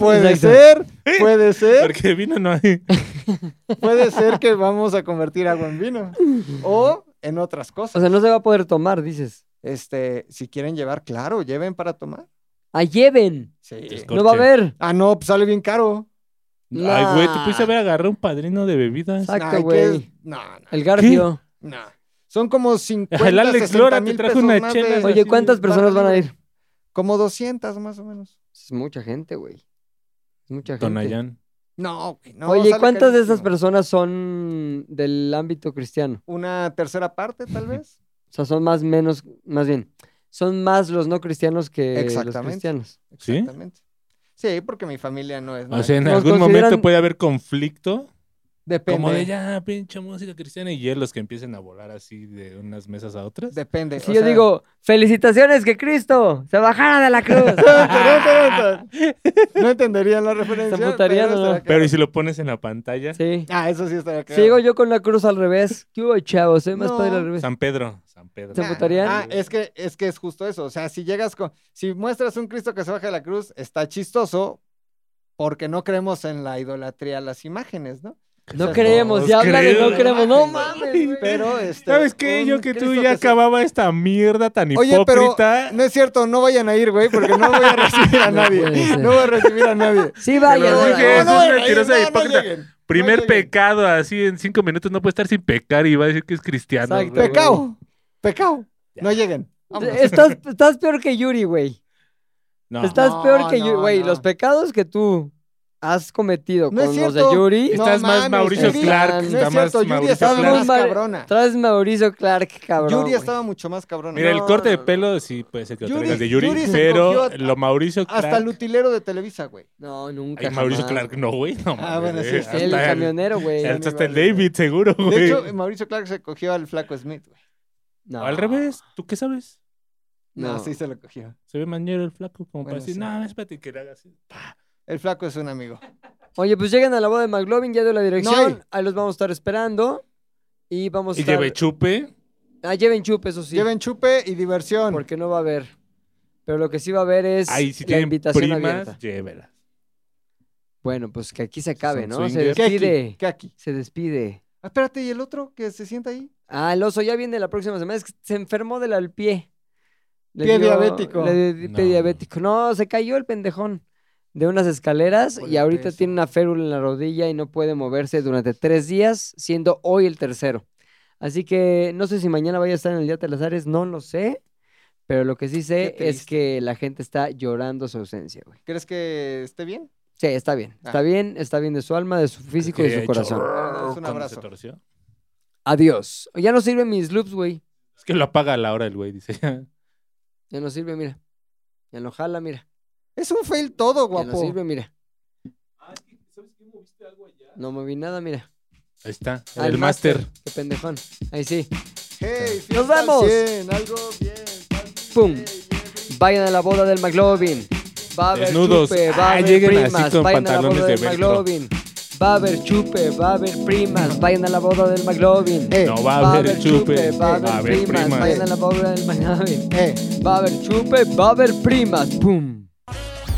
Puede
Exacto.
ser, puede ser,
Porque vino no hay.
puede ser que vamos a convertir agua en vino. O en otras
O
cosas.
sea, no se va a poder tomar, dices.
Este, si quieren llevar, claro, lleven para tomar.
¡A Ah, lleven!
Sí.
Es
No va a
Corche.
haber.
Ah, no, pues sale bien caro.
Nah.
Ay, güey, tú pudiste haber agarrado un padrino de bebidas.
Exacto,
Ay, ¿qué?
güey.
No, no.
El Garfio.
No. Son como 50,
El Alex
60
Lora te
mil
trajo
pesos
una
más
chela.
de-
Oye, ¿cuántas personas van a ir?
Como 200 más o menos.
Es mucha gente, güey. Es mucha gente.
Tonayán.
No, güey, no.
Oye,
sale
¿cuántas de
carísimo.
esas personas son del ámbito cristiano?
Una tercera parte, tal vez.
O sea, son más menos, más bien, son más los no cristianos que los
Exactamente.
cristianos.
¿Sí?
Exactamente. Sí, porque mi familia no es.
O sea, en
Nos
algún momento
consideran-
puede haber conflicto.
depende.
Como de ya, pinche música cristiana y hielos que empiecen a volar así de unas mesas a otras.
Depende.
Si
o
yo
sea-
digo, felicitaciones que Cristo se bajara de la cruz.
No entenderían la referencia.
Se emputarían,
pero
¿o no?
Pero
estaría claro.
¿y si lo pones en la pantalla?
sí.
Ah, eso sí estaría claro.
Sigo yo con la cruz al revés. ¿Qué hubo, chavos? Soy más
No.
padre al revés.
San Pedro. San Pedro.
¿Se
Nah,
emputarían?
Ah, es que, es que es justo eso. O sea, si llegas con. Si muestras un Cristo que se baja de la cruz, está chistoso porque no creemos en la idolatría a las imágenes, ¿no?
No
Nos
creemos, ya habla de no creemos. No mames, güey.
Pero este.
¿Sabes qué?
un
Yo que tú
Cristo
ya
que se-
acababa esta mierda tan
Oye, pero
hipócrita.
No es cierto, no vayan a ir, güey, porque no voy a recibir a
No puede
nadie.
ser.
No voy a recibir a nadie.
Sí,
Te
vaya.
lo
vaya.
dije, es
no,
un
no,
mentiroso e
no, no
hipócrita.
lleguen.
Primer
lleguen.
pecado, así en cinco minutos no puede estar sin pecar y va a decir que es cristiano.
Exacto.
güey.
Pecao. Pecao. No lleguen. Vámonos.
Estás, estás peor que Yuri, güey.
No,
Estás
No,
peor que
no,
Yuri, güey.
no.
Los pecados que tú has cometido
No es
con los de
cierto.
Yuri.
No
Estás más
mames,
Mauricio
Yuri.
Clark.
No es
No
está
es cierto,
más
Yuri
Mauricio
estaba
Clark.
más
Clark.
cabrona.
Traes Mauricio Clark, cabrón.
Yuri
güey.
estaba mucho más cabrona.
Mira, el
No,
corte de
no, no.
pelo sí puede ser que lo
Yuri-
traigas de Yuri,
Yuri se
pero
cogió
lo Mauricio Clark.
Hasta el utilero de Televisa, güey.
No, nunca.
Ay, Mauricio
jamás.
Clark, no, güey. No, mames,
Ah, bueno, sí,
eh,
sí,
hasta
El camionero, güey.
hasta- hasta el
Vale.
David, seguro, güey.
De hecho, Mauricio Clark se cogió al flaco Smith, güey.
No.
Al revés, ¿tú qué sabes?
No,
No.
sí se lo cogió.
Se ve mañero el flaco, como
Bueno,
para decir,
sí.
no, espérate que le haga así.
El flaco es un amigo.
Oye, pues llegan a la boda de McLovin, ya dio la dirección.
hay.
Ahí los vamos a estar esperando. Y vamos a
Y
estar...
lleve chupe.
Ah, lleven chup, eso sí.
Lleven chupe y diversión.
Porque no va a haber. Pero lo que sí va a haber es
Ahí si
la
tienen
invitación
primas,
abierta.
llévelas.
Bueno, pues que aquí se acabe,
Son
¿no? Se
swingers.
¿Qué aquí?
despide.
¿Qué aquí?
Se despide.
Ah, espérate, ¿y el otro que se sienta ahí?
Ah, el oso ya viene la próxima semana. Es que se enfermó del al pie. Le
Pie diabético.
Le dio di- pie
No.
diabético. No, se cayó el pendejón de unas escaleras
Por
y
el
ahorita
peso.
tiene una férula en la rodilla y no puede moverse durante tres días, siendo hoy el tercero. Así que no sé si mañana vaya a estar en el Día de las Ares, no lo sé. Pero lo que sí sé
Qué
es que la gente está llorando su ausencia, güey.
¿Crees que esté bien?
Sí, está bien.
Ah.
Está bien, está bien de su alma, de su físico y de
Que
su
haya
corazón.
hecho, "Rrr",
Es un
cuando
abrazo.
se torció.
Adiós. Ya no sirven mis loops, güey.
Es que lo apaga a la hora el güey, dice.
Ya no sirve, mira. Ya no jala, mira.
Es un fail
Ya
todo,
no
guapo.
sirve, mira. No moví nada, mira.
Ahí está,
Ah,
el máster.
Qué pendejón. Ahí sí.
Hey, fiesta
¡Nos vamos!
al 100, algo bien. party,
¡Pum!
hey, hey.
Vayan a la boda del McLovin. Va a haber
Desnudos.
chupe, va a
Ah,
haber
lleguen así
primas.
con
Vayan a la boda
pantalones de
del
velcro.
McLovin. Va a haber chupe, va a haber primas. Vayan a la boda del McLovin.
Eh,
No va a haber chupe,
va a haber primas. Vayan a la boda del McLovin.
Eh,
Va a haber chupe, va a haber primas. ¡Pum!